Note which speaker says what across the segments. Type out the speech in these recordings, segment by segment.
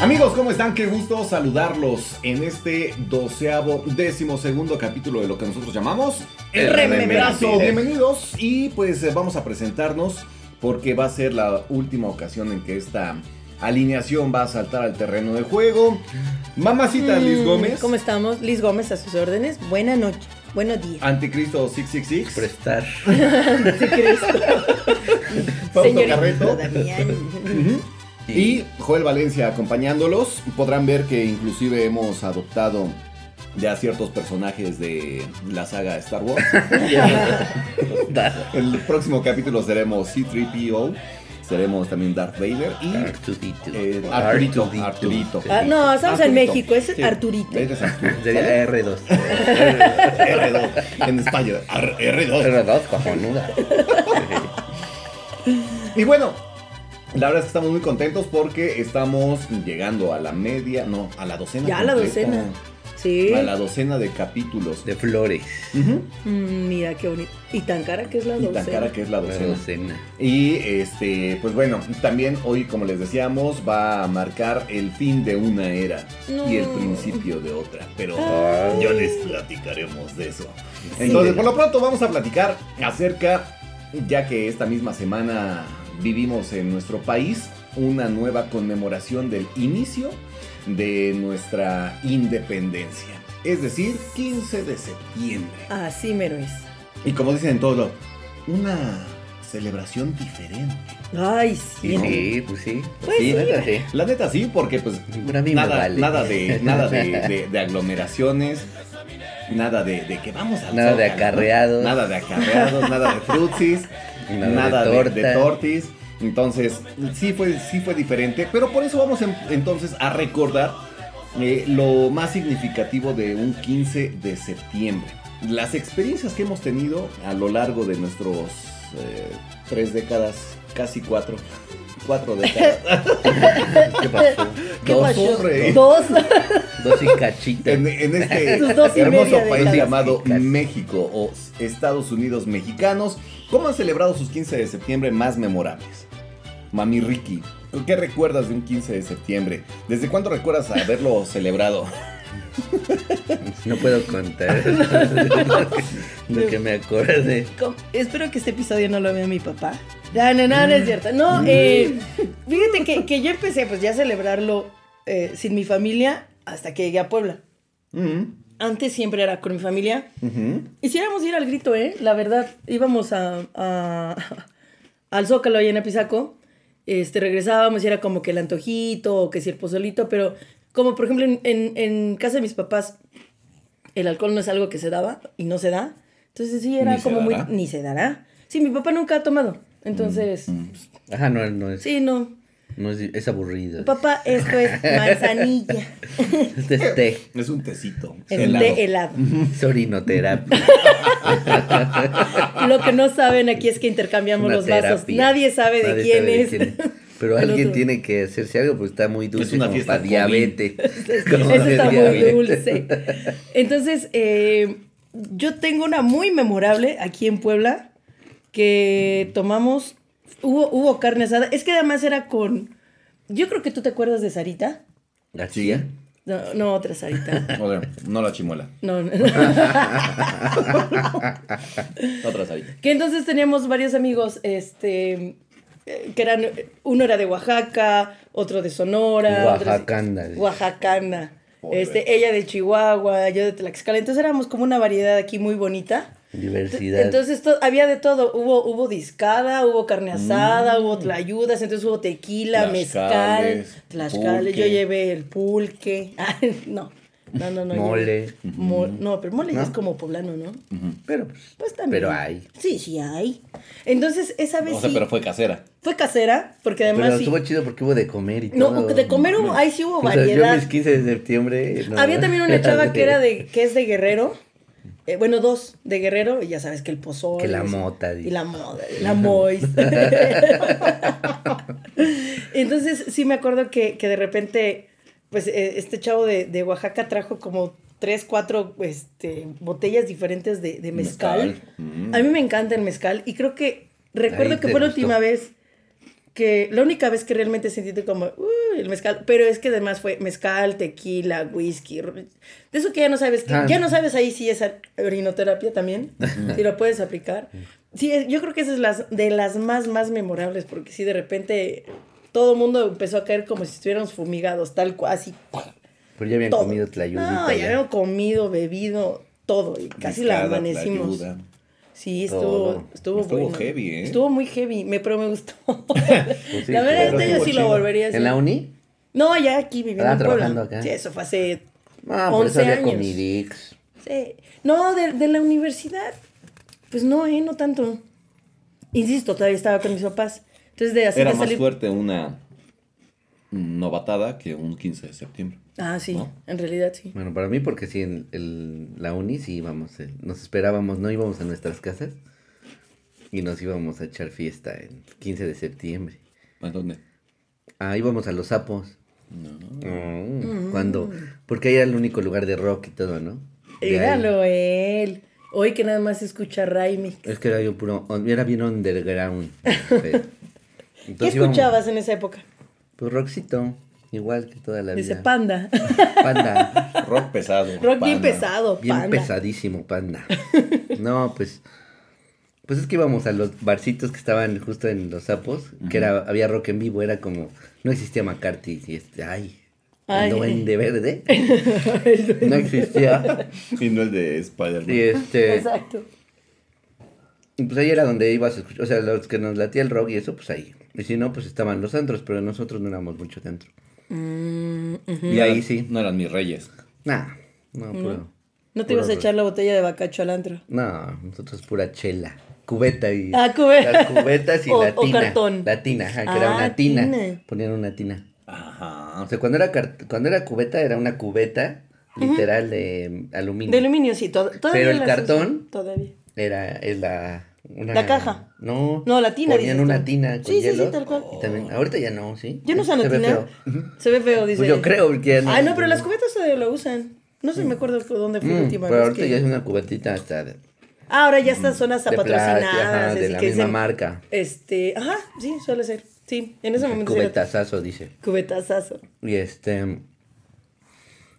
Speaker 1: Amigos, ¿cómo están? Qué gusto saludarlos en este doceavo, décimo segundo capítulo de lo que nosotros llamamos
Speaker 2: El Remembranzo.
Speaker 1: Bienvenidos y pues eh, vamos a presentarnos porque va a ser la última ocasión en que esta alineación va a saltar al terreno de juego. Mamacita Liz
Speaker 3: Mm,
Speaker 1: Gómez,
Speaker 3: ¿Cómo estamos? Liz Gómez a sus órdenes. Buena noche. Buenos días.
Speaker 1: Anticristo 666,
Speaker 2: Prestar.
Speaker 1: Fausto
Speaker 3: Señorita
Speaker 1: Carreto.
Speaker 3: Damián.
Speaker 1: Ujú. Y Joel Valencia acompañándolos. Podrán ver que inclusive hemos adoptado ya ciertos personajes de la saga Star Wars. El próximo capítulo seremos C3PO, seremos también Darth Vader y
Speaker 2: Arturito.
Speaker 1: eh, Arturito.
Speaker 2: Arturito.
Speaker 1: Arturito.
Speaker 3: Ah, no, estamos en
Speaker 1: Arturito.
Speaker 3: México. Es
Speaker 1: Sí.
Speaker 3: Arturito.
Speaker 1: eres Arturo.
Speaker 2: Sería R2.
Speaker 1: R2 en España, R- R2.
Speaker 2: R2, cojonuda.
Speaker 1: Y bueno, la verdad es que estamos muy contentos porque estamos llegando a la media, no, a la docena.
Speaker 3: Ya a la
Speaker 1: completa.
Speaker 3: docena. Sí.
Speaker 1: A la docena de capítulos.
Speaker 2: De flores.
Speaker 1: Ujú.
Speaker 3: Mm, mira qué bonito. Y tan cara que es la
Speaker 1: Y tan cara
Speaker 3: docena.
Speaker 1: que es la
Speaker 2: La
Speaker 1: docena.
Speaker 2: docena.
Speaker 1: Y este, pues bueno, también hoy, como les decíamos, va a marcar el fin de una era
Speaker 3: No.
Speaker 1: y el principio de otra. Pero
Speaker 2: Ay.
Speaker 1: ya les platicaremos de eso. Entonces, por lo pronto vamos a platicar acerca, ya que esta misma semana vivimos en nuestro país, una nueva conmemoración del inicio de nuestra independencia. Es decir, 15 de septiembre.
Speaker 3: Así mero es.
Speaker 1: Y como dicen en todo, una celebración diferente.
Speaker 3: Ay,
Speaker 2: Sí,
Speaker 3: sí.
Speaker 2: sí, pues sí.
Speaker 3: Pues sí.
Speaker 2: neta, sí.
Speaker 1: La neta sí, porque pues
Speaker 2: Pero a mí me
Speaker 1: nada,
Speaker 2: vale.
Speaker 1: nada de nada de, de- de aglomeraciones, nada de, de que vamos a
Speaker 2: Nada de acarreados.
Speaker 1: nada de acarreados, nada de frutsis,
Speaker 2: Nada
Speaker 1: nada,
Speaker 2: de
Speaker 1: de,
Speaker 2: torta.
Speaker 1: de tortis. Entonces sí fue sí fue diferente, pero por eso vamos en- entonces a recordar eh, lo más significativo de un 15 de septiembre. Las experiencias que hemos tenido a lo largo de nuestros eh, tres décadas, casi cuatro, cuatro décadas.
Speaker 2: ¿Qué pasó?
Speaker 3: ¿Qué
Speaker 1: Dos,
Speaker 3: pasó?
Speaker 1: hombre.
Speaker 3: Dos.
Speaker 2: Dos y cachita.
Speaker 1: en, en
Speaker 3: Tus
Speaker 1: este
Speaker 3: dos y
Speaker 1: hermoso
Speaker 3: media
Speaker 1: país
Speaker 3: décadas.
Speaker 1: llamado
Speaker 2: Casi.
Speaker 1: México o Estados Unidos mexicanos, ¿cómo han celebrado sus 15 de septiembre más memorables? Mami Ricky, ¿qué recuerdas de un 15 de septiembre? ¿Desde cuándo recuerdas haberlo celebrado?
Speaker 2: No puedo contar. Lo que me acorde.
Speaker 3: Com- Espero que este episodio no lo vea mi papá. Ah, No, no, no, no
Speaker 1: Mm.
Speaker 3: es cierto. No, eh, fíjate que, que yo empecé pues ya a celebrarlo eh, sin mi familia hasta que llegué a Puebla.
Speaker 1: Mm,
Speaker 3: Antes siempre era con mi familia.
Speaker 1: ujú.
Speaker 3: Hiciéramos ir al grito, ¿eh? La verdad, íbamos a, a- al Zócalo ahí en Apizaco. Este, regresábamos y era como que el antojito o que si el pozolito, pero como por ejemplo en, en- en casa de mis papás, el alcohol no es algo que se daba y no se da. Entonces sí, era
Speaker 1: Ni se
Speaker 3: como muy...
Speaker 1: dará.
Speaker 3: Ni se dará. Sí, mi papá nunca ha tomado. Entonces,
Speaker 1: Mm,
Speaker 3: pues,
Speaker 2: Ajá, no, no es.
Speaker 3: sí, no.
Speaker 2: No es, es aburrido.
Speaker 3: Papá, esto es manzanilla.
Speaker 2: Este es té.
Speaker 1: Es un tecito.
Speaker 3: Es
Speaker 1: helado.
Speaker 3: de helado.
Speaker 2: Es orinoterapia.
Speaker 3: Lo que no saben aquí es que intercambiamos
Speaker 2: Una
Speaker 3: los vasos.
Speaker 2: terapia.
Speaker 3: Nadie sabe de
Speaker 2: Nadie
Speaker 3: quién
Speaker 2: sabe de
Speaker 3: es.
Speaker 2: quién es. Pero
Speaker 3: El
Speaker 2: alguien
Speaker 3: otro.
Speaker 2: tiene que hacerse algo porque está muy dulce
Speaker 1: una
Speaker 2: como
Speaker 1: fiesta
Speaker 2: para
Speaker 1: COVID.
Speaker 2: diabetes. Como
Speaker 3: Eso
Speaker 2: de
Speaker 3: está muy
Speaker 2: diabetes.
Speaker 3: dulce. Entonces, eh, yo tengo una muy memorable aquí en Puebla que tomamos. Hubo, hubo carne asada. Es que además era con. Yo creo que tú te acuerdas de Sarita.
Speaker 2: Así,
Speaker 1: Sí, ¿eh?
Speaker 3: No, no otra Sarita.
Speaker 1: Joder, no la chimuela.
Speaker 3: No, no.
Speaker 1: Otra sabita.
Speaker 3: Que entonces teníamos varios amigos, este. eh, Que eran. Uno era de Oaxaca, otro de Sonora. otro-
Speaker 2: Oaxacanda, dice.
Speaker 3: Oaxacana.
Speaker 1: Joder.
Speaker 3: Este, ella de Chihuahua, yo de Tlaxcala. Entonces éramos como una variedad aquí muy bonita.
Speaker 2: Diversidad.
Speaker 3: Entonces to- había de todo, hubo, hubo discada, hubo carne asada,
Speaker 2: Mm.
Speaker 3: hubo tlayudas, entonces hubo tequila, mezcal,
Speaker 1: Tlaxcales,
Speaker 3: tlaxcales, yo
Speaker 1: pulque.
Speaker 3: llevé el pulque, Ah, no, no, no, no. yo-
Speaker 2: Mole.
Speaker 3: Mo- no, pero mole ya
Speaker 2: ¿No?
Speaker 3: es como poblano, ¿no?
Speaker 2: Pero, pues,
Speaker 3: Pues también.
Speaker 2: pero hay.
Speaker 3: Sí, sí hay. Entonces esa vez
Speaker 1: O sea,
Speaker 3: sí,
Speaker 1: pero fue casera.
Speaker 3: fue casera, porque además
Speaker 2: Pero
Speaker 3: sí-
Speaker 2: estuvo chido porque hubo de comer y
Speaker 3: No,
Speaker 2: todo.
Speaker 3: de comer hubo- ahí sí hubo
Speaker 2: O sea, yo
Speaker 3: variedad.
Speaker 2: mis 15 de septiembre. no.
Speaker 3: Había también una chava que era de, que es de Guerrero. Eh, bueno, dos de Guerrero, y ya sabes que el pozole.
Speaker 2: Que la
Speaker 3: es-
Speaker 2: mota, dice.
Speaker 3: Y la moda, la mois. Entonces, sí me acuerdo que, que de repente, pues, eh, este chavo de, de Oaxaca trajo como tres, cuatro este, botellas diferentes de, de mezcal.
Speaker 1: Mezcal. Mm.
Speaker 3: A mí me encanta el mezcal, y creo que,
Speaker 2: Ahí
Speaker 3: recuerdo que
Speaker 2: te
Speaker 3: fue la
Speaker 2: gustó.
Speaker 3: última vez que la única vez que realmente sentí como "Uy, el mezcal, pero es que además fue mezcal, tequila, whisky, ru- de eso que ya no sabes, que,
Speaker 2: Ah.
Speaker 3: ya no sabes ahí si es a- orinoterapia también, si lo puedes aplicar. Sí, es- yo creo que esa es las, de las más, más memorables, porque sí, de repente todo el mundo empezó a caer como si estuviéramos fumigados, tal cual, así.
Speaker 2: Pero ya habían
Speaker 3: todo.
Speaker 2: comido tlayudita.
Speaker 3: No, ya
Speaker 2: ya.
Speaker 3: habíamos comido, bebido, todo, y casi la
Speaker 1: Discada,
Speaker 3: amanecimos.
Speaker 1: tlayuda.
Speaker 3: Sí,
Speaker 2: Todo.
Speaker 3: estuvo, estuvo,
Speaker 1: Estuvo
Speaker 3: bueno.
Speaker 1: heavy, ¿eh?
Speaker 3: Estuvo muy heavy, me, pero me gustó.
Speaker 2: Pues sí,
Speaker 3: la verdad,
Speaker 2: claro.
Speaker 3: este yo sí lo
Speaker 1: Estuvo
Speaker 3: volvería a hacer.
Speaker 2: ¿En la uni?
Speaker 3: No, ya aquí viviendo
Speaker 2: Ah,
Speaker 3: en
Speaker 2: trabajando
Speaker 3: Puebla.
Speaker 2: acá.
Speaker 3: Sí, eso fue hace
Speaker 2: Ah, por eso
Speaker 3: 11
Speaker 2: había
Speaker 3: años.
Speaker 2: comidix.
Speaker 3: Sí. No, de, de la universidad, pues no, ¿eh? No tanto. Insisto, todavía estaba con mis papás. Entonces, de así
Speaker 1: Era
Speaker 3: de
Speaker 1: más
Speaker 3: salir...
Speaker 1: fuerte una novatada que un 15 de septiembre.
Speaker 3: Ah, sí,
Speaker 1: ¿No?
Speaker 3: en realidad sí.
Speaker 2: Bueno, para mí, porque sí, en el- la uni sí íbamos, eh, nos esperábamos, no íbamos a nuestras casas y nos íbamos a echar fiesta el 15 de septiembre.
Speaker 1: ¿A dónde?
Speaker 2: Ah, íbamos a Los Sapos.
Speaker 1: No.
Speaker 2: Mm, Cuando, porque ahí era el único lugar de rock y todo, ¿no? De ahí.
Speaker 3: Míralo, él. Hoy que nada más escucha Raimi.
Speaker 2: Es que era yo puro, era bien underground.
Speaker 3: ¿Qué
Speaker 2: Entonces íbamos-
Speaker 3: escuchabas en esa época?
Speaker 2: Pues rockcito, igual que toda la
Speaker 3: Dice
Speaker 2: vida.
Speaker 3: Panda.
Speaker 2: Panda.
Speaker 1: Rock pesado.
Speaker 3: Rock
Speaker 1: pana.
Speaker 3: bien pesado,
Speaker 2: Bien
Speaker 3: Panda.
Speaker 2: pesadísimo, panda. No, pues. Pues es que íbamos a los barcitos que estaban justo en los sapos, que era, había rock en vivo, era como, no existía McCarthy, y este, ay,
Speaker 3: Ay.
Speaker 2: el duende verde, no existía.
Speaker 1: Y no el de
Speaker 2: Y
Speaker 1: Spider-Man.
Speaker 2: este,
Speaker 3: Exacto.
Speaker 2: y pues ahí era donde ibas a escuchar, o sea, los que nos latía el rock y eso, pues ahí. Y si no, pues estaban los antros, pero nosotros no éramos mucho dentro. Y ahí sí,
Speaker 1: No eran mis reyes.
Speaker 2: nah, no, puro-
Speaker 3: ¿No te
Speaker 2: puro
Speaker 3: ibas a
Speaker 2: rock.
Speaker 3: echar la botella de bacacho al antro?
Speaker 2: No, nosotros pura chela, cubeta y
Speaker 3: Ah, cubeta.
Speaker 2: las cubetas y
Speaker 3: O-
Speaker 2: la
Speaker 3: o
Speaker 2: tina.
Speaker 3: cartón.
Speaker 2: La tina, ajá, que
Speaker 3: Ah,
Speaker 2: era una tina.
Speaker 3: tina.
Speaker 2: Ponían una tina. O
Speaker 1: Ajá.
Speaker 2: sea, cuando era cart- cuando era cubeta era una cubeta literal de aluminio.
Speaker 3: De aluminio, sí. to- todavía
Speaker 2: Pero el
Speaker 3: las usan,
Speaker 2: cartón-
Speaker 3: Todavía.
Speaker 2: Era es la una-
Speaker 3: La caja.
Speaker 2: No.
Speaker 3: No, la tina,
Speaker 2: Ponían
Speaker 3: dices
Speaker 2: una
Speaker 3: tú.
Speaker 2: tina con
Speaker 3: Sí, sí, sí,
Speaker 2: hielo.
Speaker 3: tal cual.
Speaker 2: Y también ahorita ya no, ¿sí?
Speaker 3: ¿Ya no usan
Speaker 2: Se
Speaker 3: la
Speaker 2: ve
Speaker 3: tina?
Speaker 2: feo.
Speaker 3: Se ve feo, dice.
Speaker 2: Pues yo creo que ya no.
Speaker 3: Ay, no, pero las cubetas todavía lo usan. No sé, me acuerdo por dónde fue la
Speaker 2: Mm,
Speaker 3: última
Speaker 2: pero
Speaker 3: vez
Speaker 2: ahorita
Speaker 3: que-
Speaker 2: ya es una cubetita hasta de,
Speaker 3: Ah, ahora ya estas son hasta
Speaker 2: de
Speaker 3: patrocinadas.
Speaker 2: plástico, ajá, de
Speaker 3: así
Speaker 2: la
Speaker 3: que
Speaker 2: misma
Speaker 3: dicen,
Speaker 2: marca.
Speaker 3: Este, ajá, sí, suele ser. Sí, en ese momento sí era-
Speaker 2: Cubetazazo dice.
Speaker 3: Cubetazazo.
Speaker 2: Y este.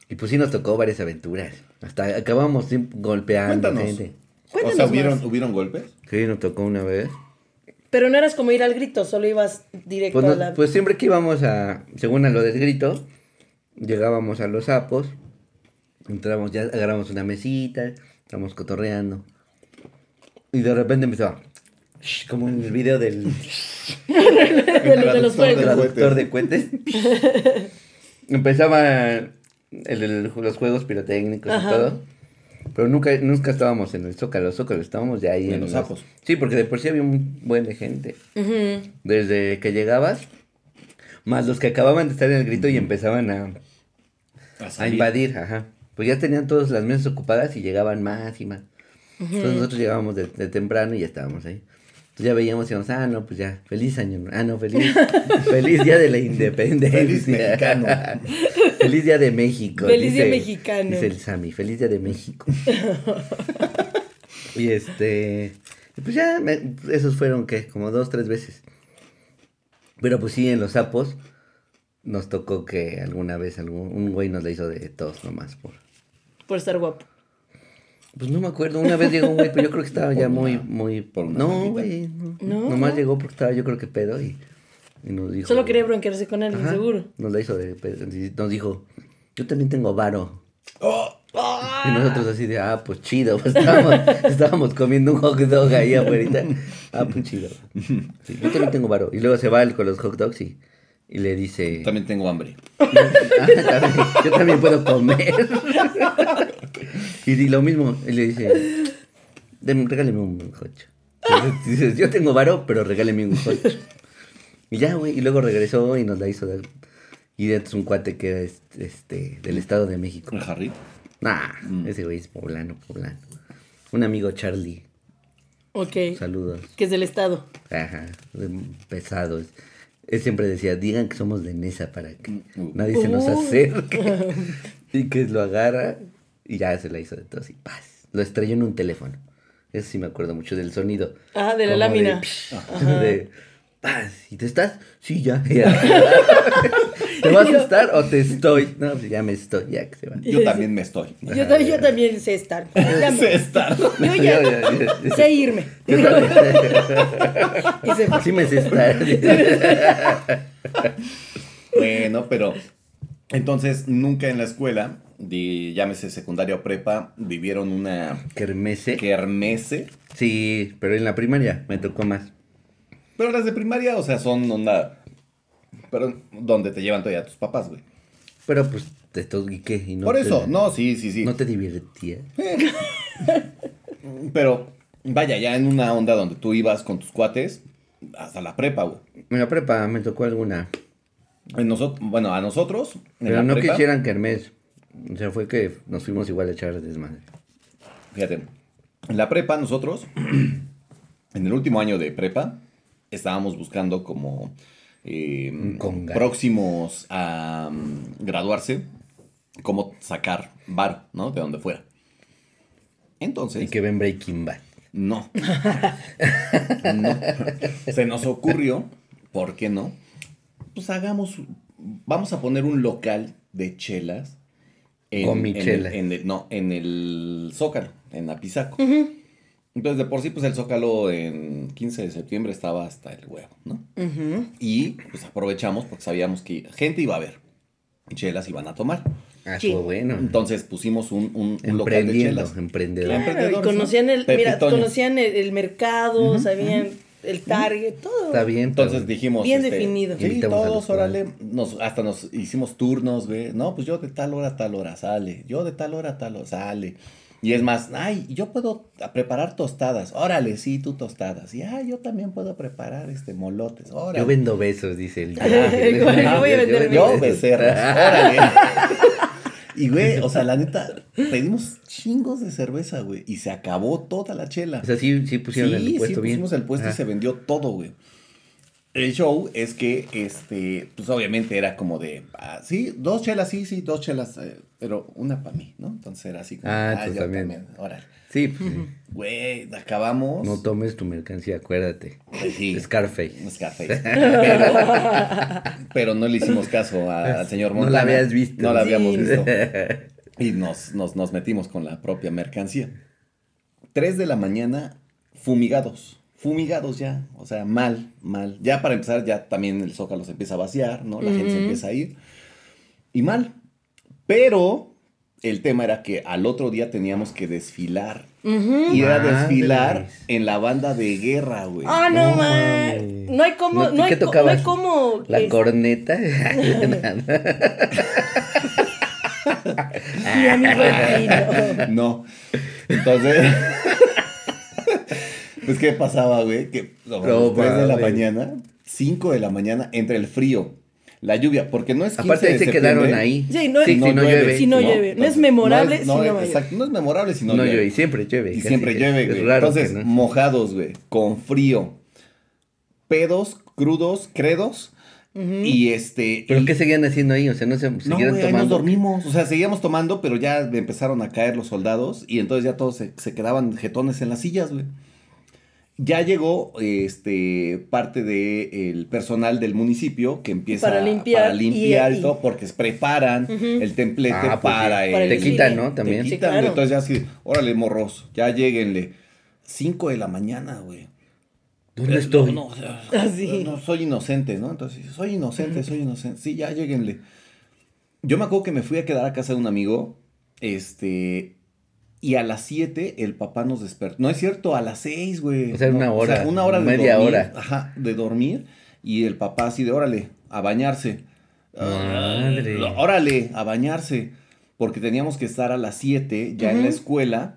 Speaker 2: Y pues sí nos tocó varias aventuras. Hasta acabamos sí, golpeando
Speaker 1: Cuéntanos.
Speaker 2: gente.
Speaker 1: O
Speaker 3: Cuéntanos
Speaker 1: sea,
Speaker 3: más.
Speaker 1: ¿hubieron, ¿hubieron golpes?
Speaker 2: Sí, nos tocó una vez.
Speaker 3: Pero no eras como ir al grito, solo ibas directo
Speaker 2: Pues,
Speaker 3: a
Speaker 2: nos-
Speaker 3: la...
Speaker 2: pues siempre que íbamos a. Según a lo del grito, llegábamos a los sapos. Entramos, ya agarramos una mesita. Estamos cotorreando. Y de repente empezaba. shh, Como en el video del
Speaker 3: de los- de
Speaker 1: Traductor
Speaker 3: los juegos.
Speaker 1: de la-
Speaker 2: traductor de cuentes. Empezaba el- el- los juegos pirotécnicos
Speaker 3: Ajá.
Speaker 2: y todo. Pero nunca, nunca estábamos en el Zócalo, Zócalo, estábamos de ahí.
Speaker 1: En los
Speaker 2: las-
Speaker 1: sapos.
Speaker 2: Sí, porque de por sí había un buen de gente.
Speaker 3: Ujú.
Speaker 2: Desde que llegabas, más los que acababan de estar en el grito y empezaban a,
Speaker 1: A
Speaker 2: a
Speaker 1: salir.
Speaker 2: invadir, ajá. Pues ya tenían todas las mesas ocupadas y llegaban más y más. Entonces nosotros llegábamos de, de temprano y ya estábamos ahí. Entonces ya veíamos y íbamos, ah, no, pues ya, feliz año. Ah, no, feliz, feliz día de la independencia.
Speaker 1: Feliz mexicano.
Speaker 2: feliz día de México.
Speaker 3: Feliz día
Speaker 2: dice-
Speaker 3: mexicano.
Speaker 2: Dice el Sami, feliz día de México. y este, y pues ya, me- esos fueron, ¿qué? Como dos, tres veces. Pero pues sí, en los sapos nos tocó que alguna vez algún, un güey nos la hizo de todos nomás por...
Speaker 3: Por estar guapo.
Speaker 2: Pues no me acuerdo, una vez llegó un güey, pero yo creo que estaba ya muy, muy...
Speaker 1: por una
Speaker 2: no,
Speaker 1: bandita.
Speaker 2: güey, no.
Speaker 3: No,
Speaker 2: Nomás
Speaker 3: no.
Speaker 2: llegó porque estaba yo creo que pedo y, y nos dijo...
Speaker 3: Solo quería bronquearse con alguien,
Speaker 2: Ajá,
Speaker 3: seguro.
Speaker 2: Nos la hizo de pedo, y nos dijo, yo también tengo varo.
Speaker 1: ¡Oh!
Speaker 2: Y nosotros así de, ah, pues chido, pues estábamos, estábamos comiendo un hot dog ahí afuera. Ah, pues chido. Sí, yo también tengo varo. Y luego se va él con los hot dogs y, y le dice,
Speaker 1: También tengo hambre.
Speaker 2: "Ah, también- yo también puedo comer. y, di- lo mismo, y le dice, "Dem- regáleme un coche. Dices, yo tengo varo, pero regáleme un coche. Y ya, güey, y luego regresó y nos la hizo de... Y es un cuate que era este, este, del Estado de México.
Speaker 1: ¿El jarrito?
Speaker 2: Nah, ese güey es poblano, poblano. Un amigo Charlie,
Speaker 3: Ok.
Speaker 2: saludos.
Speaker 3: Que es del estado.
Speaker 2: Ajá, em, pesados. Él siempre decía, digan que somos de Nesa para que
Speaker 1: Uh.
Speaker 2: nadie se nos
Speaker 3: Uh.
Speaker 2: acerque. y que lo agarra y ya se la hizo de todo así, paz. Lo estrelló en un teléfono. Eso sí me acuerdo mucho del sonido.
Speaker 3: Ah, de la
Speaker 2: Como
Speaker 3: lámina.
Speaker 2: psh,
Speaker 3: Ajá.
Speaker 2: de- Paz, ¿Y te estás? Sí, ya. ya. ¿Te vas a estar o te estoy? No, pues ya me estoy, ya que se va.
Speaker 1: Yo también me estoy.
Speaker 3: Yo, ta- yo también sé estar. Ya me-
Speaker 1: Se está.
Speaker 3: Yo
Speaker 2: Ya,
Speaker 3: ya,
Speaker 2: ya, ya.
Speaker 3: sé irme. Y se fue.
Speaker 2: Sí me sé estar.
Speaker 1: Bueno, pero entonces nunca en la escuela, de, llámese secundaria o prepa, vivieron una
Speaker 2: Kermese.
Speaker 1: kermese.
Speaker 2: Sí, pero en la primaria me tocó más.
Speaker 1: Pero las de primaria, o sea, son onda. Pero donde te llevan todavía tus papás, güey.
Speaker 2: Pero pues te toqué y no
Speaker 1: Por
Speaker 2: te-
Speaker 1: eso, no, sí, sí, sí.
Speaker 2: No te divertías.
Speaker 1: Pero vaya, ya en una onda donde tú ibas con tus cuates hasta la prepa, güey.
Speaker 2: En la prepa me tocó alguna.
Speaker 1: En nosot- bueno, a nosotros. en
Speaker 2: Pero
Speaker 1: la
Speaker 2: no
Speaker 1: prepa,
Speaker 2: quisieran kermés. O sea, fue que nos fuimos igual a echar desmadre.
Speaker 1: Fíjate, en la prepa nosotros, en el último año de prepa, estábamos buscando como eh,
Speaker 2: conga.
Speaker 1: próximos a mm, graduarse, cómo sacar bar, ¿no? De donde fuera. Entonces...
Speaker 2: Y que ven Breaking Bad.
Speaker 1: No. No. Se nos ocurrió, ¿por qué no? Pues hagamos, vamos a poner un local de chelas.
Speaker 2: Con mi
Speaker 1: en el-
Speaker 2: chela.
Speaker 1: en el- no, en el Zócalo, en Apizaco. Entonces, de por sí, pues el Zócalo en 15 de septiembre estaba hasta el huevo, ¿no? Y pues aprovechamos porque sabíamos que gente iba a ver. y Chelas iban a tomar.
Speaker 2: Ah,
Speaker 3: Sí.
Speaker 2: fue bueno.
Speaker 1: Entonces pusimos un, un- un local de
Speaker 2: Emprendiendo,
Speaker 1: chelas.
Speaker 2: emprendedor.
Speaker 1: Claro.
Speaker 3: Claro, y conocían el,
Speaker 1: Pepe
Speaker 3: mira,
Speaker 1: Toño.
Speaker 3: conocían el, el mercado, sabían el target, todo.
Speaker 2: Está bien. pero-
Speaker 1: Entonces dijimos. este,
Speaker 3: Bien definido.
Speaker 1: Sí,
Speaker 2: Invitamos a los
Speaker 1: todos, órale. Nos, hasta nos hicimos turnos, güey. No, pues yo de tal hora a tal hora sale. Yo de tal hora a tal hora sale. Y es más, ay, yo puedo a- preparar tostadas. Órale, sí, tú tostadas. Y ay, yo también puedo preparar este molotes. Órale. Ah,
Speaker 2: Yo vendo besos, dice el.
Speaker 3: Yo voy a vender
Speaker 1: Yo
Speaker 2: besos.
Speaker 1: becerros. Órale. Y güey, o sea, la neta, pedimos chingos de cerveza, güey. Y se acabó toda la chela
Speaker 2: O sea, sí, sí pusieron
Speaker 1: sí,
Speaker 2: el puesto
Speaker 1: sí,
Speaker 2: bien. Ah.
Speaker 1: pusimos el puesto y
Speaker 2: Ajá.
Speaker 1: se vendió todo, güey. El show es que, este, pues obviamente era como de, ah, sí, dos chelas, sí, sí, dos chelas, eh, pero una para mí, ¿no? Entonces era así como,
Speaker 2: Ah, tú también.
Speaker 1: órale.
Speaker 2: Sí, pues, sí.
Speaker 1: Güey, acabamos.
Speaker 2: No tomes tu mercancía, acuérdate.
Speaker 1: Pues sí,
Speaker 2: Scarface.
Speaker 1: Scarface. Pero, pero no le hicimos caso a- al señor
Speaker 2: No la
Speaker 1: Montana.
Speaker 2: habías visto.
Speaker 1: No la habíamos
Speaker 3: Sí.
Speaker 1: visto. Y nos, nos, nos metimos con la propia mercancía. 3 de la mañana, fumigados. Fumigados ya. O sea, mal, mal. Ya para empezar, ya también el Zócalo se empieza a vaciar, ¿no? La gente se empieza a ir. Y mal. Pero el tema era que al otro día teníamos que desfilar. Y era
Speaker 2: Madres.
Speaker 1: desfilar en la banda de guerra, güey.
Speaker 3: Ah, no,
Speaker 2: No
Speaker 3: ma-
Speaker 2: mames.
Speaker 3: No hay como,
Speaker 2: ¿No-
Speaker 3: no, hay,
Speaker 2: qué
Speaker 3: co- no
Speaker 2: tocabas?
Speaker 3: hay como.
Speaker 2: La
Speaker 3: es-
Speaker 2: corneta.
Speaker 3: mi amigo Tino.
Speaker 1: No. Entonces. pues, ¿qué pasaba, güey? Que no,
Speaker 2: No
Speaker 1: 3 de la
Speaker 2: mames.
Speaker 1: mañana, 5 de la mañana, entre el frío, la lluvia, porque no es 15
Speaker 2: Aparte, ahí
Speaker 1: de
Speaker 2: se quedaron
Speaker 1: septiembre.
Speaker 2: ahí.
Speaker 3: Sí, no-
Speaker 2: sí,
Speaker 3: No
Speaker 2: si no
Speaker 1: llueve.
Speaker 2: llueve.
Speaker 3: Si no llueve. No es memorable
Speaker 1: es-
Speaker 3: si no
Speaker 1: es-
Speaker 3: llueve.
Speaker 1: Exacto, no es memorable si no,
Speaker 2: No, llueve.
Speaker 1: llueve.
Speaker 2: y siempre llueve.
Speaker 1: Y
Speaker 2: casi
Speaker 1: siempre
Speaker 2: que-
Speaker 1: llueve,
Speaker 2: es
Speaker 1: güey.
Speaker 2: raro que
Speaker 1: Entonces,
Speaker 2: no.
Speaker 1: mojados, güey, con frío, pedos, crudos, credos, y este...
Speaker 2: ¿Pero
Speaker 1: y-
Speaker 2: qué seguían haciendo ahí? O sea, no se
Speaker 1: no,
Speaker 2: siguieron
Speaker 1: güey, ahí nos
Speaker 2: tomando.
Speaker 1: dormimos. O sea, seguíamos tomando, pero ya empezaron a caer los soldados y entonces ya todos se, se quedaban jetones en las sillas, güey. Ya llegó este parte del personal del municipio que empieza
Speaker 3: Para limpiar
Speaker 1: para limpiar
Speaker 3: y-
Speaker 1: y todo, porque preparan el templete
Speaker 2: Ah, pues sí,
Speaker 1: para,
Speaker 2: para
Speaker 1: el,
Speaker 2: el Te quitan,
Speaker 3: cine.
Speaker 2: ¿no? También.
Speaker 1: te
Speaker 3: Sí,
Speaker 1: quitan,
Speaker 3: claro.
Speaker 1: entonces ya así, órale, morros, ya lleguenle. 5 de la mañana, güey.
Speaker 2: ¿Dónde
Speaker 1: Eh, No,
Speaker 2: estoy?
Speaker 1: no, o sea,
Speaker 2: Ah,
Speaker 3: Así.
Speaker 1: Eh, no, soy inocente, ¿no? Entonces, soy inocente, soy inocente. Sí, ya lleguenle. Yo me acuerdo que me fui a quedar a casa de un amigo, este, y a las 7 el papá nos despertó. No es cierto, a las 6, güey.
Speaker 2: O sea, una
Speaker 1: No,
Speaker 2: hora,
Speaker 1: una hora de
Speaker 2: media
Speaker 1: dormir.
Speaker 2: hora.
Speaker 1: Ajá, de dormir, y el papá así de, órale, a bañarse.
Speaker 2: Madre.
Speaker 1: Ah, Órale, a bañarse. Porque teníamos que estar a las 7 ya en la
Speaker 3: Ujú.
Speaker 1: escuela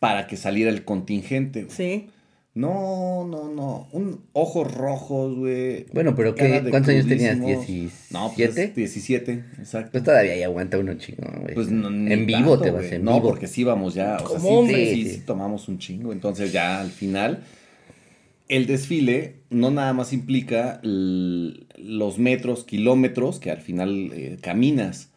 Speaker 1: para que saliera el contingente. güey.
Speaker 3: Sí.
Speaker 1: No, no, no. Un, ojos rojos, güey.
Speaker 2: Bueno, pero ¿qué?
Speaker 1: Cara de
Speaker 2: ¿cuántos años tenías?
Speaker 1: crudísimos. No, pues
Speaker 2: ¿17?
Speaker 1: 17, exacto.
Speaker 2: Pues todavía ahí aguanta uno chingón, güey.
Speaker 1: Pues no, ni
Speaker 2: en vivo
Speaker 1: tanto,
Speaker 2: te vas,
Speaker 1: güey.
Speaker 2: en
Speaker 1: no,
Speaker 2: vivo.
Speaker 1: porque sí íbamos ya. O sea,
Speaker 3: Como
Speaker 1: sí,
Speaker 3: hombre.
Speaker 1: sí,
Speaker 2: Sí,
Speaker 1: sí
Speaker 2: sí.
Speaker 1: tomamos un chingo. Entonces ya al final, el desfile no nada más implica l- los metros, kilómetros que al final eh, caminas.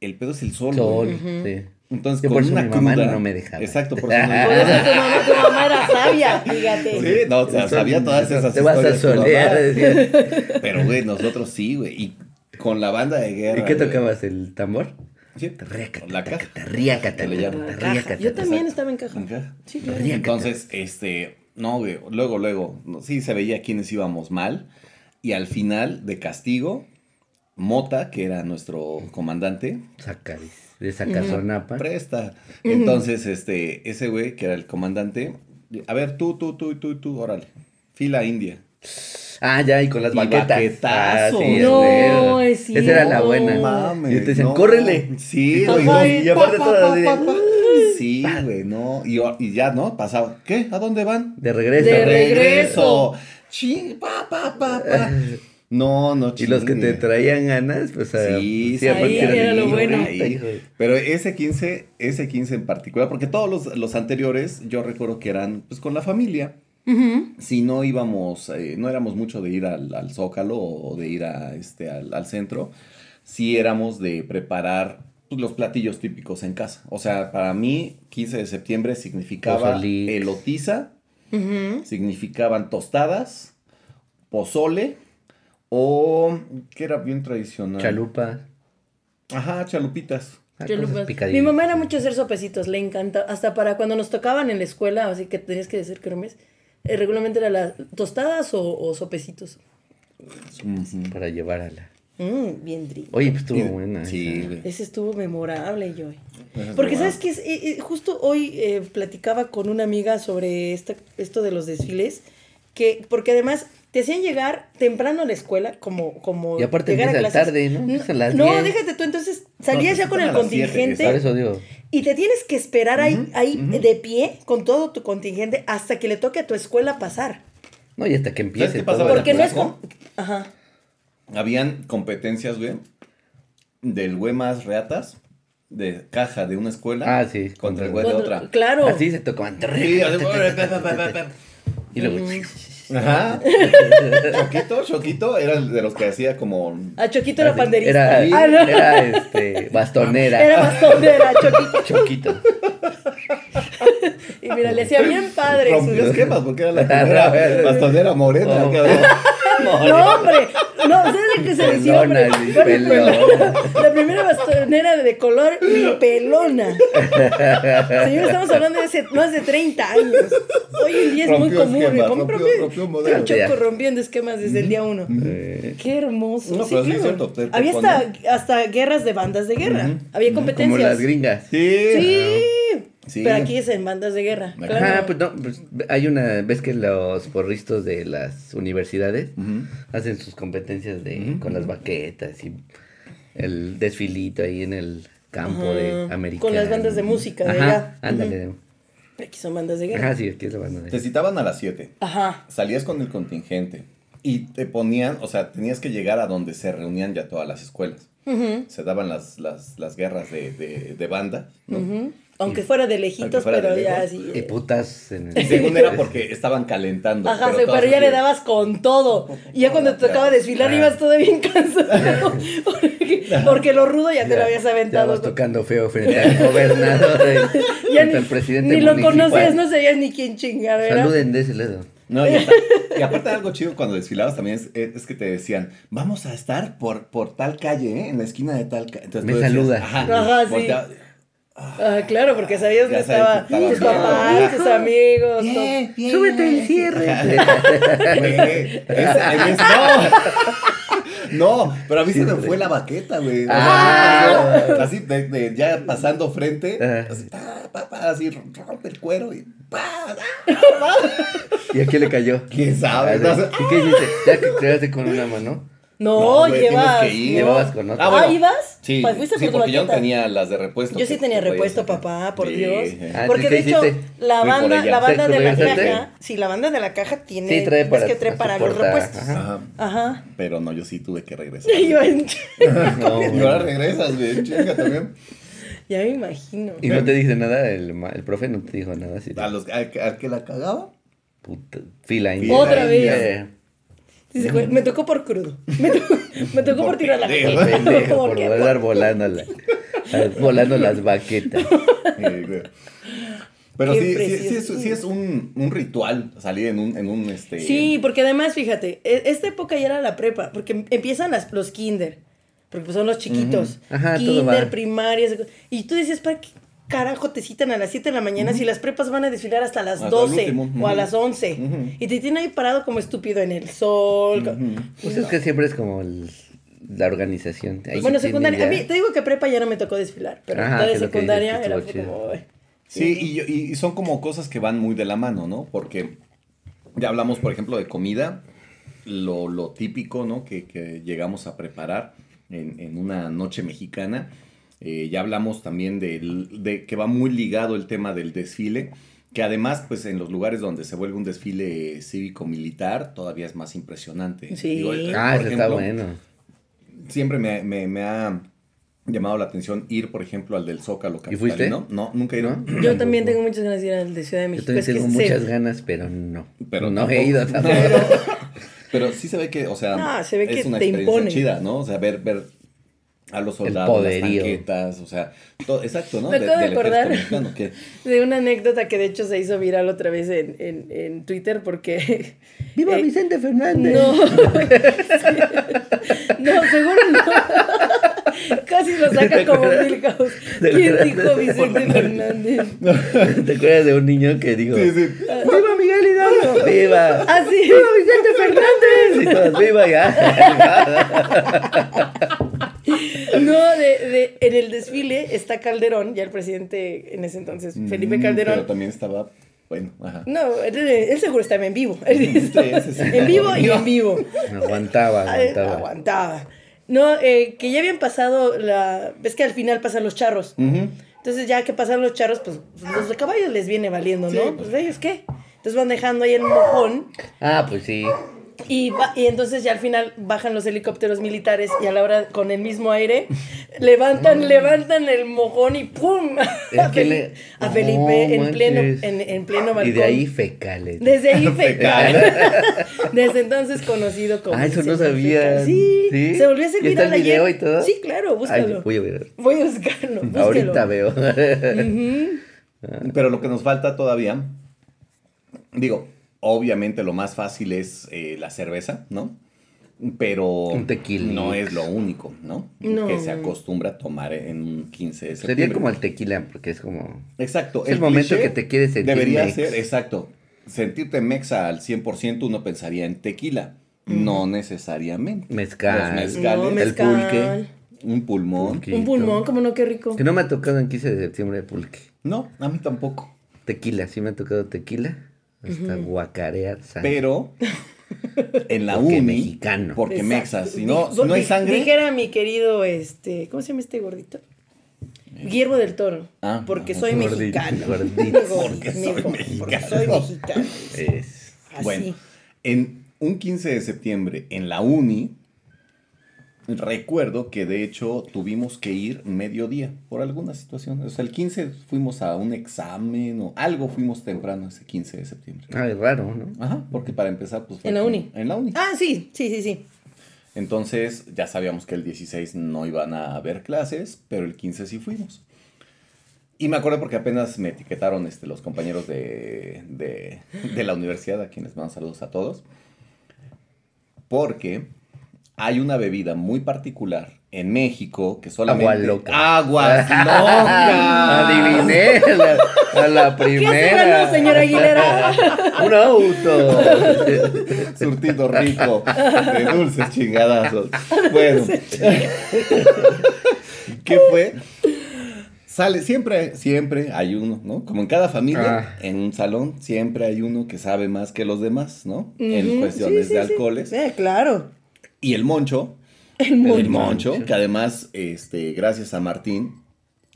Speaker 1: El pedo es el sol. güey.
Speaker 2: Sol,
Speaker 3: Ujú.
Speaker 2: sí.
Speaker 1: Entonces,
Speaker 2: Yo
Speaker 1: con
Speaker 2: por eso
Speaker 1: una
Speaker 2: mi mamá
Speaker 1: cruda-
Speaker 2: no me dejaba.
Speaker 1: Exacto, porque no-
Speaker 3: Por eso tu mamá, tu mamá era sabia, fíjate.
Speaker 1: Sí, no, o sea, sabía todas esas
Speaker 2: Te vas a
Speaker 1: historias de tu
Speaker 2: solear.
Speaker 1: mamá.
Speaker 2: decía.
Speaker 1: Pero, güey, nosotros sí, güey. Y con la banda de guerra.
Speaker 2: ¿Y qué
Speaker 1: güey.
Speaker 2: tocabas? ¿El tambor?
Speaker 1: Sí. La caja.
Speaker 2: Riacata,
Speaker 1: Le
Speaker 2: le
Speaker 1: llaman.
Speaker 2: llaman.
Speaker 3: Caja. Yo también estaba en caja.
Speaker 1: ¿En caja?
Speaker 3: Sí, claro.
Speaker 2: Ría.
Speaker 1: Entonces, este, no, güey, luego, luego, no, sí se veía quiénes íbamos mal. Y al final, de castigo, Mota, que era nuestro comandante,
Speaker 2: Saca, de Sacazonapa.
Speaker 1: presta. Entonces, este, ese güey, que era el comandante, a ver, tú, tú, tú, y tú, y tú, órale, fila india.
Speaker 2: Ah, ya, y con las
Speaker 1: Y
Speaker 2: baquetas.
Speaker 1: baquetazo.
Speaker 2: Ah, sí,
Speaker 3: No,
Speaker 2: güey.
Speaker 3: es
Speaker 2: Esa era la
Speaker 3: cierto.
Speaker 2: buena.
Speaker 1: Mames,
Speaker 2: y te decían,
Speaker 1: no.
Speaker 2: córrele.
Speaker 1: Sí,
Speaker 2: Y
Speaker 1: güey.
Speaker 2: todos-
Speaker 1: no.
Speaker 2: Y aparte todas de,
Speaker 1: "Mm, Sí, güey, no. Y, y ya, ¿no? Pasaba. ¿Qué? ¿A dónde van?
Speaker 2: de regreso.
Speaker 3: De regreso.
Speaker 1: Ching, pa, pa, pa, pa. No, no,
Speaker 2: Y los que te
Speaker 1: chingue.
Speaker 2: traían ganas, pues a,
Speaker 1: Sí,
Speaker 2: sí, a
Speaker 3: ahí
Speaker 2: cualquier
Speaker 3: era lo
Speaker 2: niño,
Speaker 3: bueno.
Speaker 2: ahorita, hijo de-
Speaker 1: Pero ese 15, ese 15 en particular, porque todos los, los anteriores yo recuerdo que eran pues con la familia.
Speaker 3: Ujú.
Speaker 1: Si no íbamos, eh, no éramos mucho de ir al, al Zócalo o de ir a, este, al, al centro, sí éramos de preparar pues, los platillos típicos en casa. O sea, para mí 15 de septiembre significaba
Speaker 2: Pozolix.
Speaker 1: elotiza,
Speaker 3: Ujú.
Speaker 1: significaban tostadas, pozole o que era bien tradicional.
Speaker 2: Chalupa.
Speaker 1: Ah, Ajá, chalupitas.
Speaker 2: Ah,
Speaker 3: Yo lo-
Speaker 2: cosas
Speaker 3: Mi
Speaker 2: picadillas.
Speaker 3: mamá era mucho hacer sopecitos, le encanta. Hasta para cuando nos tocaban en la escuela, así que tenías que decir que comes. eh, regularmente era las tostadas o, o sopecitos.
Speaker 2: Para llevar a la.
Speaker 3: Mm, bien rico.
Speaker 2: Oye, pues estuvo buena.
Speaker 1: Sí,
Speaker 2: esa.
Speaker 1: güey.
Speaker 3: Ese estuvo memorable, Joy.
Speaker 2: Pues
Speaker 1: Esa es
Speaker 3: Porque
Speaker 1: buena.
Speaker 3: sabes que justo hoy eh, platicaba con una amiga sobre esta- esto de los desfiles, que porque además te hacían llegar temprano a la escuela, como como
Speaker 2: Y aparte empieza tarde, ¿no? Empieza a las pues
Speaker 3: no,
Speaker 2: 10.
Speaker 3: déjate tú, entonces
Speaker 1: No,
Speaker 3: salías
Speaker 1: te
Speaker 3: ya con
Speaker 1: sacan a
Speaker 3: el
Speaker 1: las siete,
Speaker 3: contingente
Speaker 2: Por eso digo.
Speaker 3: y te tienes que esperar ahí, ahí de pie con todo tu contingente hasta que le toque a tu escuela pasar,
Speaker 2: No, y hasta que empiece.
Speaker 1: qué pasaba?
Speaker 2: todo.
Speaker 1: Para
Speaker 3: porque no es
Speaker 1: Polanco.
Speaker 3: com- ajá.
Speaker 1: Habían competencias, güey, del güey más reatas, de caja de una escuela,
Speaker 2: Ah, sí,
Speaker 1: contra el güey
Speaker 2: contra
Speaker 1: de
Speaker 3: Cuando-
Speaker 1: otra.
Speaker 3: Claro.
Speaker 2: Así se tocaban.
Speaker 1: Sí, así, pa, pa, pa, pa, pa.
Speaker 2: Y luego.
Speaker 1: Ajá. Choquito, Choquito era el de los que hacía como.
Speaker 3: A Choquito era
Speaker 2: Así.
Speaker 3: panderista.
Speaker 2: Era,
Speaker 3: Ah, no.
Speaker 2: era este, bastonera.
Speaker 3: Era bastonera, Choquito.
Speaker 2: choquito.
Speaker 3: Y mira, le hacía bien padre. su-
Speaker 1: Rompió esquemas porque era la primera bastonera morena.
Speaker 2: Oh.
Speaker 1: cabrón.
Speaker 3: No, hombre. No, ¿sabes de qué se decía, hombre?
Speaker 2: Pelona, sí,
Speaker 3: Fue mi
Speaker 2: pelona.
Speaker 3: pelona. La primera bastonera de color mi pelona. Señor, estamos hablando de hace más de 30 años. Hoy en día es muy
Speaker 1: Rompió
Speaker 3: común.
Speaker 1: esquemas,
Speaker 3: ¿cómo
Speaker 1: rompió- rompió modelos.
Speaker 3: Yo choco rompiendo esquemas desde el día uno. Qué hermoso.
Speaker 1: No,
Speaker 3: sí,
Speaker 1: pero sí es
Speaker 3: claro.
Speaker 1: cierto, te- te
Speaker 3: Había hasta,
Speaker 1: ponían-
Speaker 3: hasta guerras de bandas de guerra. Había competencias.
Speaker 2: Como las gringas.
Speaker 1: Sí.
Speaker 3: Sí.
Speaker 1: Sí.
Speaker 3: Pero aquí es en bandas de guerra.
Speaker 1: Ajá,
Speaker 3: claro.
Speaker 2: Ajá, pues no, pues, hay una, ves que los porristas de las universidades
Speaker 1: Ujú.
Speaker 2: hacen sus competencias de, con las baquetas y el desfilito ahí en el campo de
Speaker 3: Ajá,
Speaker 2: América.
Speaker 3: con las bandas de música de
Speaker 2: Ajá,
Speaker 3: allá.
Speaker 2: Ándale.
Speaker 3: Aquí son bandas de guerra.
Speaker 2: Ajá, sí, aquí es la banda de
Speaker 1: Te citaban a las 7.
Speaker 3: Ajá.
Speaker 1: Salías con el contingente. Y te ponían, o sea, tenías que llegar a donde se reunían ya todas las escuelas.
Speaker 3: Ujú,
Speaker 1: Se daban las, las, las guerras de, de, de banda. ¿no?
Speaker 3: ujú. Aunque fuera de lejitos,
Speaker 1: Aunque fuera
Speaker 3: pero
Speaker 1: de
Speaker 3: ya
Speaker 1: lejos. pues,
Speaker 3: así.
Speaker 2: Y putas en el...
Speaker 1: Y según era porque estaban calentando.
Speaker 3: Ajá, sí, pero,
Speaker 1: todas
Speaker 3: ya
Speaker 1: así-
Speaker 3: le dabas con todo. Y ya cuando te tocaba desfilar
Speaker 2: Ah.
Speaker 3: ibas todavía bien cansado. porque, porque lo rudo ya te lo habías
Speaker 2: Ya vas
Speaker 3: aventado.
Speaker 2: tocando feo frente al gobernador, el,
Speaker 3: Ya
Speaker 2: frente al presidente
Speaker 3: ni lo
Speaker 2: municipal.
Speaker 3: conocías, no sabías ni quién chingar, ¿verdad?
Speaker 2: Saluden de ese lado.
Speaker 1: No, y, y aparte algo chido cuando desfilabas también es, es que te decían, vamos a estar por, por tal calle, ¿eh? en la esquina de tal calle.
Speaker 2: Me saluda.
Speaker 3: Ajá, sí. Ah, claro, porque sabías
Speaker 1: Ya
Speaker 3: que
Speaker 1: sabes
Speaker 3: estaba
Speaker 1: que estaba
Speaker 3: tus
Speaker 1: bien.
Speaker 3: papás, tus amigos. todo.
Speaker 2: Súbete el cierre.
Speaker 1: Güey, ese- ahí es- no. No, pero a mí se me fue la baqueta, güey. O sea,
Speaker 2: Ah.
Speaker 1: Así, de, de- ya pasando frente,
Speaker 2: Ah.
Speaker 1: así, pa, pa, pa, así rompe el cuero y pa,
Speaker 2: ¿Y a quién le cayó?
Speaker 1: ¿Quién sabe?
Speaker 2: Ah,
Speaker 1: No sé.
Speaker 2: ¿Y qué hiciste? Ya que creaste con una mano.
Speaker 3: No,
Speaker 1: No, güey, tienes
Speaker 3: llevas.
Speaker 1: que ir.
Speaker 3: no.
Speaker 2: Llevabas con otra.
Speaker 3: Ah,
Speaker 1: Ah, bueno.
Speaker 3: ¿ibas?
Speaker 1: Sí,
Speaker 3: Pa- fuiste
Speaker 1: sí,
Speaker 3: por tu
Speaker 1: porque yo no
Speaker 3: baqueta.
Speaker 1: tenía las de repuesto.
Speaker 3: Yo sí
Speaker 1: que-
Speaker 3: tenía
Speaker 1: que podías
Speaker 3: repuesto,
Speaker 1: sacar.
Speaker 3: papá, por
Speaker 1: Sí,
Speaker 3: Dios.
Speaker 1: ajá.
Speaker 2: Ah,
Speaker 3: Porque de
Speaker 2: ¿qué
Speaker 3: hecho,
Speaker 2: hiciste?
Speaker 3: la
Speaker 1: Fui por
Speaker 3: banda,
Speaker 1: ella.
Speaker 3: la
Speaker 1: ¿Sí,
Speaker 3: banda
Speaker 2: tú
Speaker 3: de la
Speaker 2: regresaste?
Speaker 3: caja, sí, la banda de la caja tiene
Speaker 2: Sí, trae
Speaker 3: es
Speaker 2: para-
Speaker 3: que trae
Speaker 2: a
Speaker 3: para los
Speaker 2: soportar,
Speaker 3: repuestos. Ajá.
Speaker 1: Ajá. Pero no, yo sí tuve que regresar.
Speaker 3: Y yo en-
Speaker 2: No,
Speaker 1: Y ahora regresas, güey. Chinga también.
Speaker 3: ya me imagino.
Speaker 2: y no te dice nada, el, ma- el profe no te dijo nada. Así,
Speaker 1: A los, al, que- al que la cagaba.
Speaker 2: puta, fila Eh, india.
Speaker 1: Otra
Speaker 2: Ya,
Speaker 1: vez.
Speaker 2: ya, ya.
Speaker 3: Dice, güey, me tocó por crudo. Me tocó, me tocó por,
Speaker 1: Por
Speaker 3: tirar la
Speaker 1: pendejo.
Speaker 3: calle.
Speaker 2: Pendejo, por
Speaker 3: Porque-
Speaker 2: volar volando, la- a- volando las baquetas.
Speaker 1: Eh, güey. Pero
Speaker 3: Qué
Speaker 1: sí, sí, sí es,
Speaker 3: precioso.
Speaker 1: sí es un, un ritual salir en un, en un este.
Speaker 3: Sí, porque además, fíjate, e- esta época ya era la prepa, porque em- empiezan las, los kinder, porque pues son los chiquitos.
Speaker 2: Ujú. Ajá, todo
Speaker 3: kinder,
Speaker 2: va.
Speaker 3: primarias. Y tú dices, ¿para qué carajo te citan a las 7 de la mañana si las prepas van a desfilar hasta las
Speaker 1: Hasta el
Speaker 3: 12
Speaker 1: último,
Speaker 3: o a
Speaker 1: ujú.
Speaker 3: las 11?
Speaker 1: Ujú.
Speaker 3: Y te tienen ahí parado como estúpido en el sol. co-
Speaker 2: Pues es que siempre es como el- la organización. Ahí
Speaker 3: Bueno,
Speaker 2: sí tienen
Speaker 3: secundaria.
Speaker 2: ya-
Speaker 3: A mí, te digo que prepa ya no me tocó desfilar, pero
Speaker 2: Ajá,
Speaker 3: todavía
Speaker 2: que lo que dices
Speaker 3: secundaria
Speaker 2: que
Speaker 3: era
Speaker 2: estuvo
Speaker 3: fue como...
Speaker 2: chido.
Speaker 3: "Ay".
Speaker 1: Sí, y, yo- y- y son como cosas que van muy de la mano, ¿no? Porque ya hablamos, por ejemplo, de comida, lo, lo típico, ¿no? Que, que llegamos a preparar en, en una noche mexicana. Eh, ya hablamos también del- de que va muy ligado el tema del desfile, que además, pues en los lugares donde se vuelve un desfile cívico-militar, todavía es más impresionante.
Speaker 3: Sí.
Speaker 1: eh,
Speaker 2: Ah,
Speaker 1: por
Speaker 2: eso está
Speaker 1: ejemplo,
Speaker 2: bueno.
Speaker 1: Siempre me, me- me ha llamado la atención ir, por ejemplo, al del Zócalo
Speaker 2: ¿Y fuiste? Ah.
Speaker 1: capitalino. No, nunca he ido.
Speaker 2: ¿No?
Speaker 3: Yo también tengo muchas ganas de ir al de Ciudad de
Speaker 2: Yo
Speaker 3: México.
Speaker 2: también
Speaker 3: es que
Speaker 2: tengo
Speaker 3: se-
Speaker 2: muchas ganas, pero no.
Speaker 1: Pero
Speaker 2: no
Speaker 1: tampoco.
Speaker 2: he ido tampoco.
Speaker 1: Pero sí se ve que, o sea,
Speaker 3: No, se ve que
Speaker 1: es una
Speaker 3: te
Speaker 1: experiencia
Speaker 3: impone.
Speaker 1: chida, ¿no? O sea, ver, ver a los soldados, las
Speaker 2: poderío.
Speaker 1: tanquetas, o sea, todo, exacto, ¿no?
Speaker 3: Me acabo de
Speaker 1: del ejército
Speaker 3: acordar.
Speaker 1: mexicano, que-
Speaker 3: De una anécdota que de hecho se hizo viral otra vez en, en, en Twitter porque...
Speaker 2: ¡Viva
Speaker 3: eh,
Speaker 2: Vicente Fernández!
Speaker 3: No, no, seguro no. Casi lo saca como Milhouse.
Speaker 2: De
Speaker 3: ¿Quién
Speaker 2: verdad.
Speaker 3: dijo Vicente Fernández?
Speaker 2: ¿Te acuerdas de un niño que dijo:
Speaker 1: Sí, sí.
Speaker 2: ¡Viva Miguel Hidalgo! ¡Viva!
Speaker 3: Así.
Speaker 2: ¡Viva Vicente Fernández! Y todos, ¡Viva ya!
Speaker 3: No, de, de, en el desfile está Calderón, ya el presidente en ese entonces, Felipe
Speaker 1: Mm,
Speaker 3: Calderón.
Speaker 1: Pero también estaba, bueno, ajá.
Speaker 3: No, él, él seguro estaba en vivo.
Speaker 1: sí, sí.
Speaker 3: en vivo y en vivo.
Speaker 2: Aguantaba,
Speaker 3: Ay,
Speaker 2: aguantaba.
Speaker 3: aguantaba. Eh, No, eh, que ya habían pasado la... Ves que al final pasan los charros.
Speaker 1: Ujú.
Speaker 3: Entonces ya que pasan los charros, pues los de caballos les viene valiendo,
Speaker 1: Sí,
Speaker 3: ¿no?
Speaker 1: pues.
Speaker 3: Pues de ellos qué. Entonces van dejando ahí el mojón
Speaker 2: Ah, pues sí.
Speaker 3: y, va- y entonces ya al final bajan los helicópteros militares y a la hora con el mismo aire levantan, levantan el mojón y ¡pum!
Speaker 2: Mm. Es
Speaker 3: a,
Speaker 2: que
Speaker 3: Fel-
Speaker 2: le-
Speaker 3: a
Speaker 2: No
Speaker 3: Felipe en, pleno,
Speaker 2: manches.
Speaker 3: en, en pleno balcón.
Speaker 2: Y de ahí fecales.
Speaker 3: Desde ahí fecal. Desde entonces conocido como.
Speaker 2: Ah, eso no
Speaker 3: Vicente
Speaker 2: sabía.
Speaker 3: Fecal. Sí, Se volvió a
Speaker 2: ¿Y
Speaker 3: servir
Speaker 2: está el
Speaker 3: ayer.
Speaker 2: video y todo?
Speaker 3: Sí, claro, búscalo.
Speaker 2: Ay, voy a ver.
Speaker 3: Voy a buscarlo. Búsquelo.
Speaker 2: Ahorita veo.
Speaker 1: Pero lo que nos falta todavía, digo, obviamente lo más fácil es eh, la cerveza, ¿no? Pero
Speaker 2: Un tequila.
Speaker 1: no es lo único, ¿no?
Speaker 3: No.
Speaker 1: Que se acostumbra a tomar en un 15 de septiembre.
Speaker 2: Sería como el tequila, porque es como.
Speaker 1: Exacto.
Speaker 2: Es el momento
Speaker 1: cliché
Speaker 2: que te quieres sentir
Speaker 1: Debería
Speaker 2: mex.
Speaker 1: ser, exacto. Sentirte mexa al 100% uno pensaría en tequila. No necesariamente.
Speaker 2: Mezcal.
Speaker 1: Los mezcales,
Speaker 3: No,
Speaker 2: El
Speaker 3: mezcal.
Speaker 2: pulque.
Speaker 1: un pulmón.
Speaker 2: Pulque.
Speaker 3: Un pulmón, como no, qué rico.
Speaker 2: Que no me ha tocado en 15 de septiembre pulque.
Speaker 1: No, a mí tampoco.
Speaker 2: Tequila, sí me ha tocado tequila. Hasta guacarear sangre.
Speaker 1: Pero en la uni.
Speaker 2: Porque mexicano.
Speaker 1: Porque
Speaker 3: Exacto.
Speaker 1: mexas. Si no,
Speaker 3: Di-
Speaker 1: si no hay
Speaker 3: di-
Speaker 1: sangre.
Speaker 3: Dijera mi querido, este, ¿cómo se llama este gordito? Guillermo del Toro.
Speaker 1: Ah,
Speaker 3: porque
Speaker 1: ah,
Speaker 3: soy
Speaker 2: gordito,
Speaker 3: mexicano.
Speaker 2: gordito.
Speaker 1: Porque soy
Speaker 3: Gordito, Porque
Speaker 1: mexicano.
Speaker 3: soy mexicano.
Speaker 2: Es.
Speaker 3: Así.
Speaker 1: Bueno, en un 15 de septiembre en la uni, recuerdo que de hecho tuvimos que ir mediodía por alguna situación. O sea, el 15 fuimos a un examen o algo fuimos temprano ese 15 de septiembre.
Speaker 2: Ay, raro, ¿no?
Speaker 1: Ajá, porque para empezar, pues... fue
Speaker 3: En la
Speaker 1: como-
Speaker 3: uni.
Speaker 1: En la uni.
Speaker 3: Ah, sí, sí, sí, sí.
Speaker 1: Entonces, ya sabíamos que el 16 no iban a haber clases, pero el 15 sí fuimos. Y me acuerdo porque apenas me etiquetaron este, los compañeros de, de, de la universidad, a quienes mando saludos a todos, porque hay una bebida muy particular en México que solamente...
Speaker 2: Agua loca.
Speaker 1: ¡Aguas locas!
Speaker 2: Adiviné a la, a la
Speaker 3: Ah. ¿Qué
Speaker 2: primera.
Speaker 3: hace ganó, señora Aguilera?
Speaker 2: Un auto.
Speaker 1: Surtido rico, de dulces chingadazos. Bueno. ¿Qué fue? Sale, siempre, siempre hay uno, ¿no? Como en cada familia,
Speaker 2: Ah.
Speaker 1: en un salón, siempre hay uno que sabe más que los demás, ¿no?
Speaker 3: Ujú,
Speaker 1: En cuestiones
Speaker 3: sí, sí,
Speaker 1: de
Speaker 3: sí.
Speaker 1: alcoholes.
Speaker 3: Sí, claro.
Speaker 1: Y el moncho,
Speaker 3: El
Speaker 1: el
Speaker 3: mundo.
Speaker 1: moncho,
Speaker 2: Moncho.
Speaker 1: que además, este, gracias a Martín,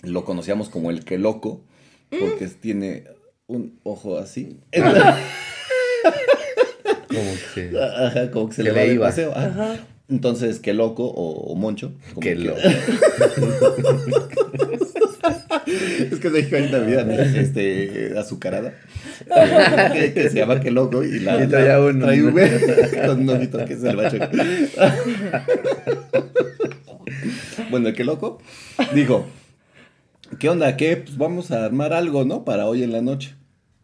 Speaker 1: lo conocíamos como el que loco, porque
Speaker 3: Mm.
Speaker 1: tiene un ojo así.
Speaker 2: Como que.
Speaker 1: Ajá, como que se
Speaker 2: Que
Speaker 1: le,
Speaker 2: le
Speaker 1: va de
Speaker 2: iba.
Speaker 1: paseo, ajá. Entonces, qué loco o, o moncho. como
Speaker 2: Qué
Speaker 1: que-
Speaker 2: loco.
Speaker 1: Es que en México hay una bebida este, azucarada. Que, que se llama que loco y la,
Speaker 2: Y traía
Speaker 1: la-
Speaker 2: uno.
Speaker 1: trae un güey con un ojito que es el bacho. bueno, el que loco dijo, ¿qué onda? ¿Qué? Pues vamos a armar algo, ¿no? Para hoy en la noche.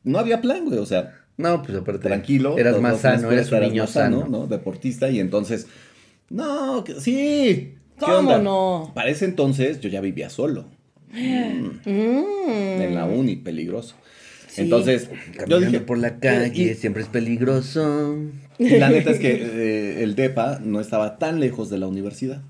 Speaker 1: No había plan, güey, o sea,
Speaker 2: No, pues aparte.
Speaker 1: tranquilo.
Speaker 2: Eras
Speaker 1: los-
Speaker 2: más
Speaker 1: los
Speaker 2: sano,
Speaker 1: músculos,
Speaker 2: eras un niño
Speaker 1: más sano,
Speaker 2: sano.
Speaker 1: ¿no? Deportista y entonces, no, que- sí. ¿qué
Speaker 3: ¿Cómo
Speaker 1: onda?
Speaker 3: no?
Speaker 1: Para ese entonces yo ya vivía solo
Speaker 3: Mm.
Speaker 1: en la uni, peligroso.
Speaker 3: Sí.
Speaker 1: Entonces, yo
Speaker 2: Caminando
Speaker 1: dije,
Speaker 2: por la
Speaker 1: y-
Speaker 2: calle,
Speaker 1: y-
Speaker 2: siempre es peligroso.
Speaker 1: y la neta es que eh, el DEPA no estaba tan lejos de la universidad.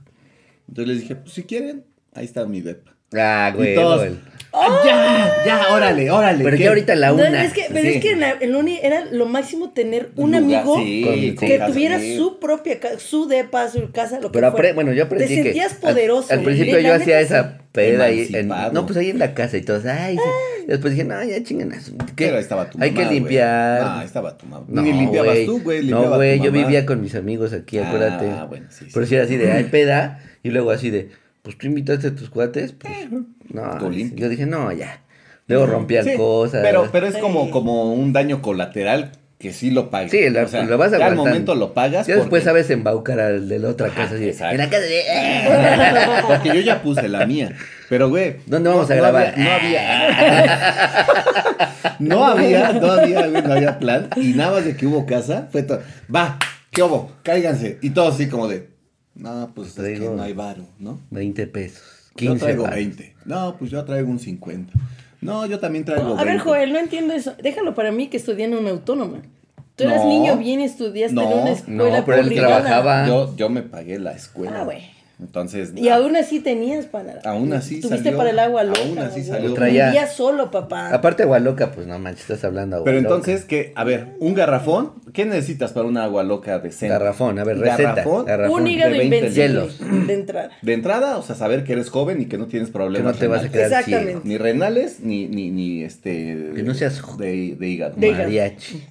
Speaker 1: Entonces les dije, pues si quieren, ahí está mi DEPA.
Speaker 2: Ah,
Speaker 1: Y
Speaker 2: güey.
Speaker 1: todos,
Speaker 2: güey.
Speaker 1: "Ah, ya, ya, órale, órale.
Speaker 2: Pero
Speaker 1: ¿qué?".
Speaker 2: ya ahorita la
Speaker 3: No,
Speaker 2: una.
Speaker 3: es que, pero
Speaker 1: sí.
Speaker 3: es que en la, en la uni era lo máximo tener un
Speaker 1: Lugar,
Speaker 3: amigo
Speaker 1: sí,
Speaker 2: con-
Speaker 3: que
Speaker 1: con-
Speaker 3: tuviera
Speaker 1: sí.
Speaker 3: su propia casa, su depa, su casa, lo que
Speaker 2: Pero
Speaker 3: fuera.
Speaker 2: apre- bueno, yo aprendí
Speaker 3: Te sentías
Speaker 2: que
Speaker 3: poderoso.
Speaker 2: Al, al principio
Speaker 3: güey,
Speaker 2: yo
Speaker 3: la
Speaker 2: hacía
Speaker 3: neta,
Speaker 2: esa peda ahí. en-
Speaker 1: Emancipado.
Speaker 2: no, pues ahí en la casa y todos. Ay, sí.
Speaker 3: Ah.
Speaker 2: Después dije, no, ya chingan a su- ¿qué?
Speaker 1: Pero ahí estaba tu
Speaker 2: Hay
Speaker 1: mamá,
Speaker 2: que
Speaker 1: güey.
Speaker 2: limpiar.
Speaker 1: Ah, ahí estaba tu mamá.
Speaker 2: No,
Speaker 1: Ni limpiabas tú, güey. limpiaba
Speaker 2: No,
Speaker 1: tu
Speaker 2: güey, yo
Speaker 1: mamá.
Speaker 2: vivía con mis amigos aquí,
Speaker 1: Ah,
Speaker 2: acuérdate.
Speaker 1: bueno, sí, sí.
Speaker 2: Pero si era así de, ay, peda, y luego así de, pues tú invitaste a tus cuates, pues, no.
Speaker 1: Eh, Tú limpio.
Speaker 2: Yo dije, no, ya. Luego rompían
Speaker 1: Sí,
Speaker 2: cosas.
Speaker 1: Pero, pero es como,
Speaker 3: Sí.
Speaker 1: como un daño colateral que sí lo pagas.
Speaker 2: Sí, lo,
Speaker 1: O sea,
Speaker 2: lo vas a
Speaker 1: ya al momento lo pagas.
Speaker 2: Ya después
Speaker 1: porque-
Speaker 2: sabes embaucar al de la otra casa. Así, de, eh".
Speaker 1: exacto.
Speaker 2: en la casa de...
Speaker 1: Porque yo ya puse la mía. Pero, güey.
Speaker 2: ¿Dónde vamos a
Speaker 1: no
Speaker 2: grabar?
Speaker 1: había- ah. no había. No había, no había, güey, no había plan. Y nada más de que hubo casa, fue todo. Va, ¿qué hubo? Cáiganse. Y todo así como de. No, pues es que
Speaker 2: Traigo-
Speaker 1: no hay varo, ¿no?
Speaker 2: 20 pesos.
Speaker 1: Yo
Speaker 2: 15
Speaker 1: traigo
Speaker 2: varos.
Speaker 1: 20. No, pues yo traigo un 50. No, yo también traigo
Speaker 3: A ver,
Speaker 1: 20.
Speaker 3: Joel, no entiendo eso. Déjalo para mí que estudié en una autónoma. Tú eras
Speaker 1: No.
Speaker 3: niño bien y estudiaste en
Speaker 1: No,
Speaker 3: una
Speaker 1: no,
Speaker 3: escuela
Speaker 2: pero él
Speaker 3: privada.
Speaker 2: trabajaba. Ah.
Speaker 1: Yo, yo me pagué la escuela.
Speaker 3: Ah, güey.
Speaker 1: Entonces.
Speaker 3: Y aún así tenías para.
Speaker 1: Aún así
Speaker 3: Tuviste
Speaker 1: salió-
Speaker 3: para el agua loca.
Speaker 1: aún así
Speaker 3: güey.
Speaker 1: salió.
Speaker 2: Traía-
Speaker 3: Vivías solo, papá.
Speaker 2: Aparte, agua loca, pues no manches, estás hablando. agua
Speaker 1: Pero
Speaker 2: loca.
Speaker 1: entonces, que, a ver, un garrafón, ¿qué necesitas para una agua loca decente?
Speaker 2: Garrafón, a ver, receta.
Speaker 1: Garrafón,
Speaker 2: garrafón.
Speaker 3: Un hígado
Speaker 1: de 20
Speaker 3: invencible.
Speaker 2: hielos.
Speaker 3: De entrada.
Speaker 1: De entrada, o sea, saber que eres joven y que no tienes
Speaker 2: Que
Speaker 1: problemas.
Speaker 2: no te vas a
Speaker 1: renales.
Speaker 2: quedar
Speaker 3: Exactamente.
Speaker 2: ciego.
Speaker 1: Ni renales, ni, ni, ni este.
Speaker 2: Que no seas jo-
Speaker 1: de, de hígado.
Speaker 3: De-
Speaker 2: Mariachi.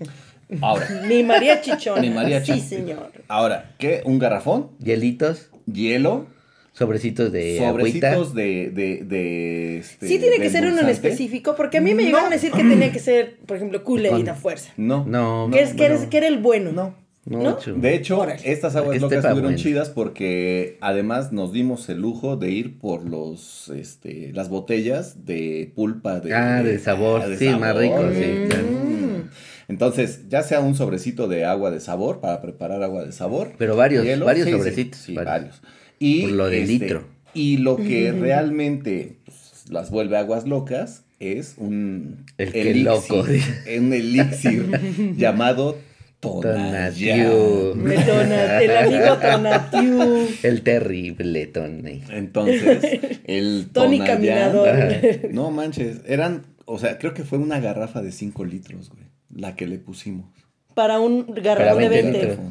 Speaker 1: Ahora,
Speaker 3: Ni María Chichona.
Speaker 1: ni María
Speaker 3: Sí,
Speaker 1: Chan.
Speaker 3: señor.
Speaker 1: Ahora, ¿qué? Un garrafón,
Speaker 2: Hielitos,
Speaker 1: hielo,
Speaker 2: sobrecitos de agüita.
Speaker 1: sobrecitos de, de, de, este,
Speaker 3: Sí tiene
Speaker 1: de
Speaker 3: que ser uno en
Speaker 1: endulzante.
Speaker 3: específico, porque a mí me
Speaker 1: No.
Speaker 3: llegaron a decir que tenía que ser, por ejemplo, Kool-Aid a fuerza.
Speaker 1: No.
Speaker 2: No,
Speaker 3: que, es, que,
Speaker 2: no,
Speaker 3: eres- que era el bueno.
Speaker 1: No.
Speaker 2: no,
Speaker 3: ¿no?
Speaker 2: chu-
Speaker 1: De hecho,
Speaker 3: Órale.
Speaker 1: estas aguas
Speaker 2: Que
Speaker 1: locas
Speaker 2: esté pa'
Speaker 1: estuvieron
Speaker 2: bueno.
Speaker 1: chidas porque además nos dimos el lujo de ir por los, este, las botellas de pulpa de...
Speaker 2: Ah, de sabor,
Speaker 1: de
Speaker 2: sí, más rico, sí,
Speaker 1: Mm.
Speaker 2: claro.
Speaker 1: Entonces, ya sea un sobrecito de agua de sabor para preparar agua de sabor.
Speaker 2: Pero varios,
Speaker 1: hielo,
Speaker 2: varios
Speaker 1: sí, sí,
Speaker 2: sobrecitos.
Speaker 1: Sí,
Speaker 2: varios.
Speaker 1: varios. Y, este,
Speaker 2: Por lo de litro.
Speaker 1: Y lo que realmente pues, las vuelve aguas locas es un
Speaker 2: El que loco, dice.
Speaker 1: un elixir llamado Tonayán.
Speaker 2: Tonatiu.
Speaker 3: Me tona- el amigo Tonatiu.
Speaker 2: El terrible Tony.
Speaker 1: Entonces, el
Speaker 3: Tony
Speaker 1: Tonayán-
Speaker 3: Caminador.
Speaker 1: No manches, eran, o sea, creo que fue una garrafa de 5 litros, güey, la que le pusimos.
Speaker 3: Para un
Speaker 2: Para
Speaker 3: garrafón de
Speaker 2: 20
Speaker 3: 20.
Speaker 2: litros.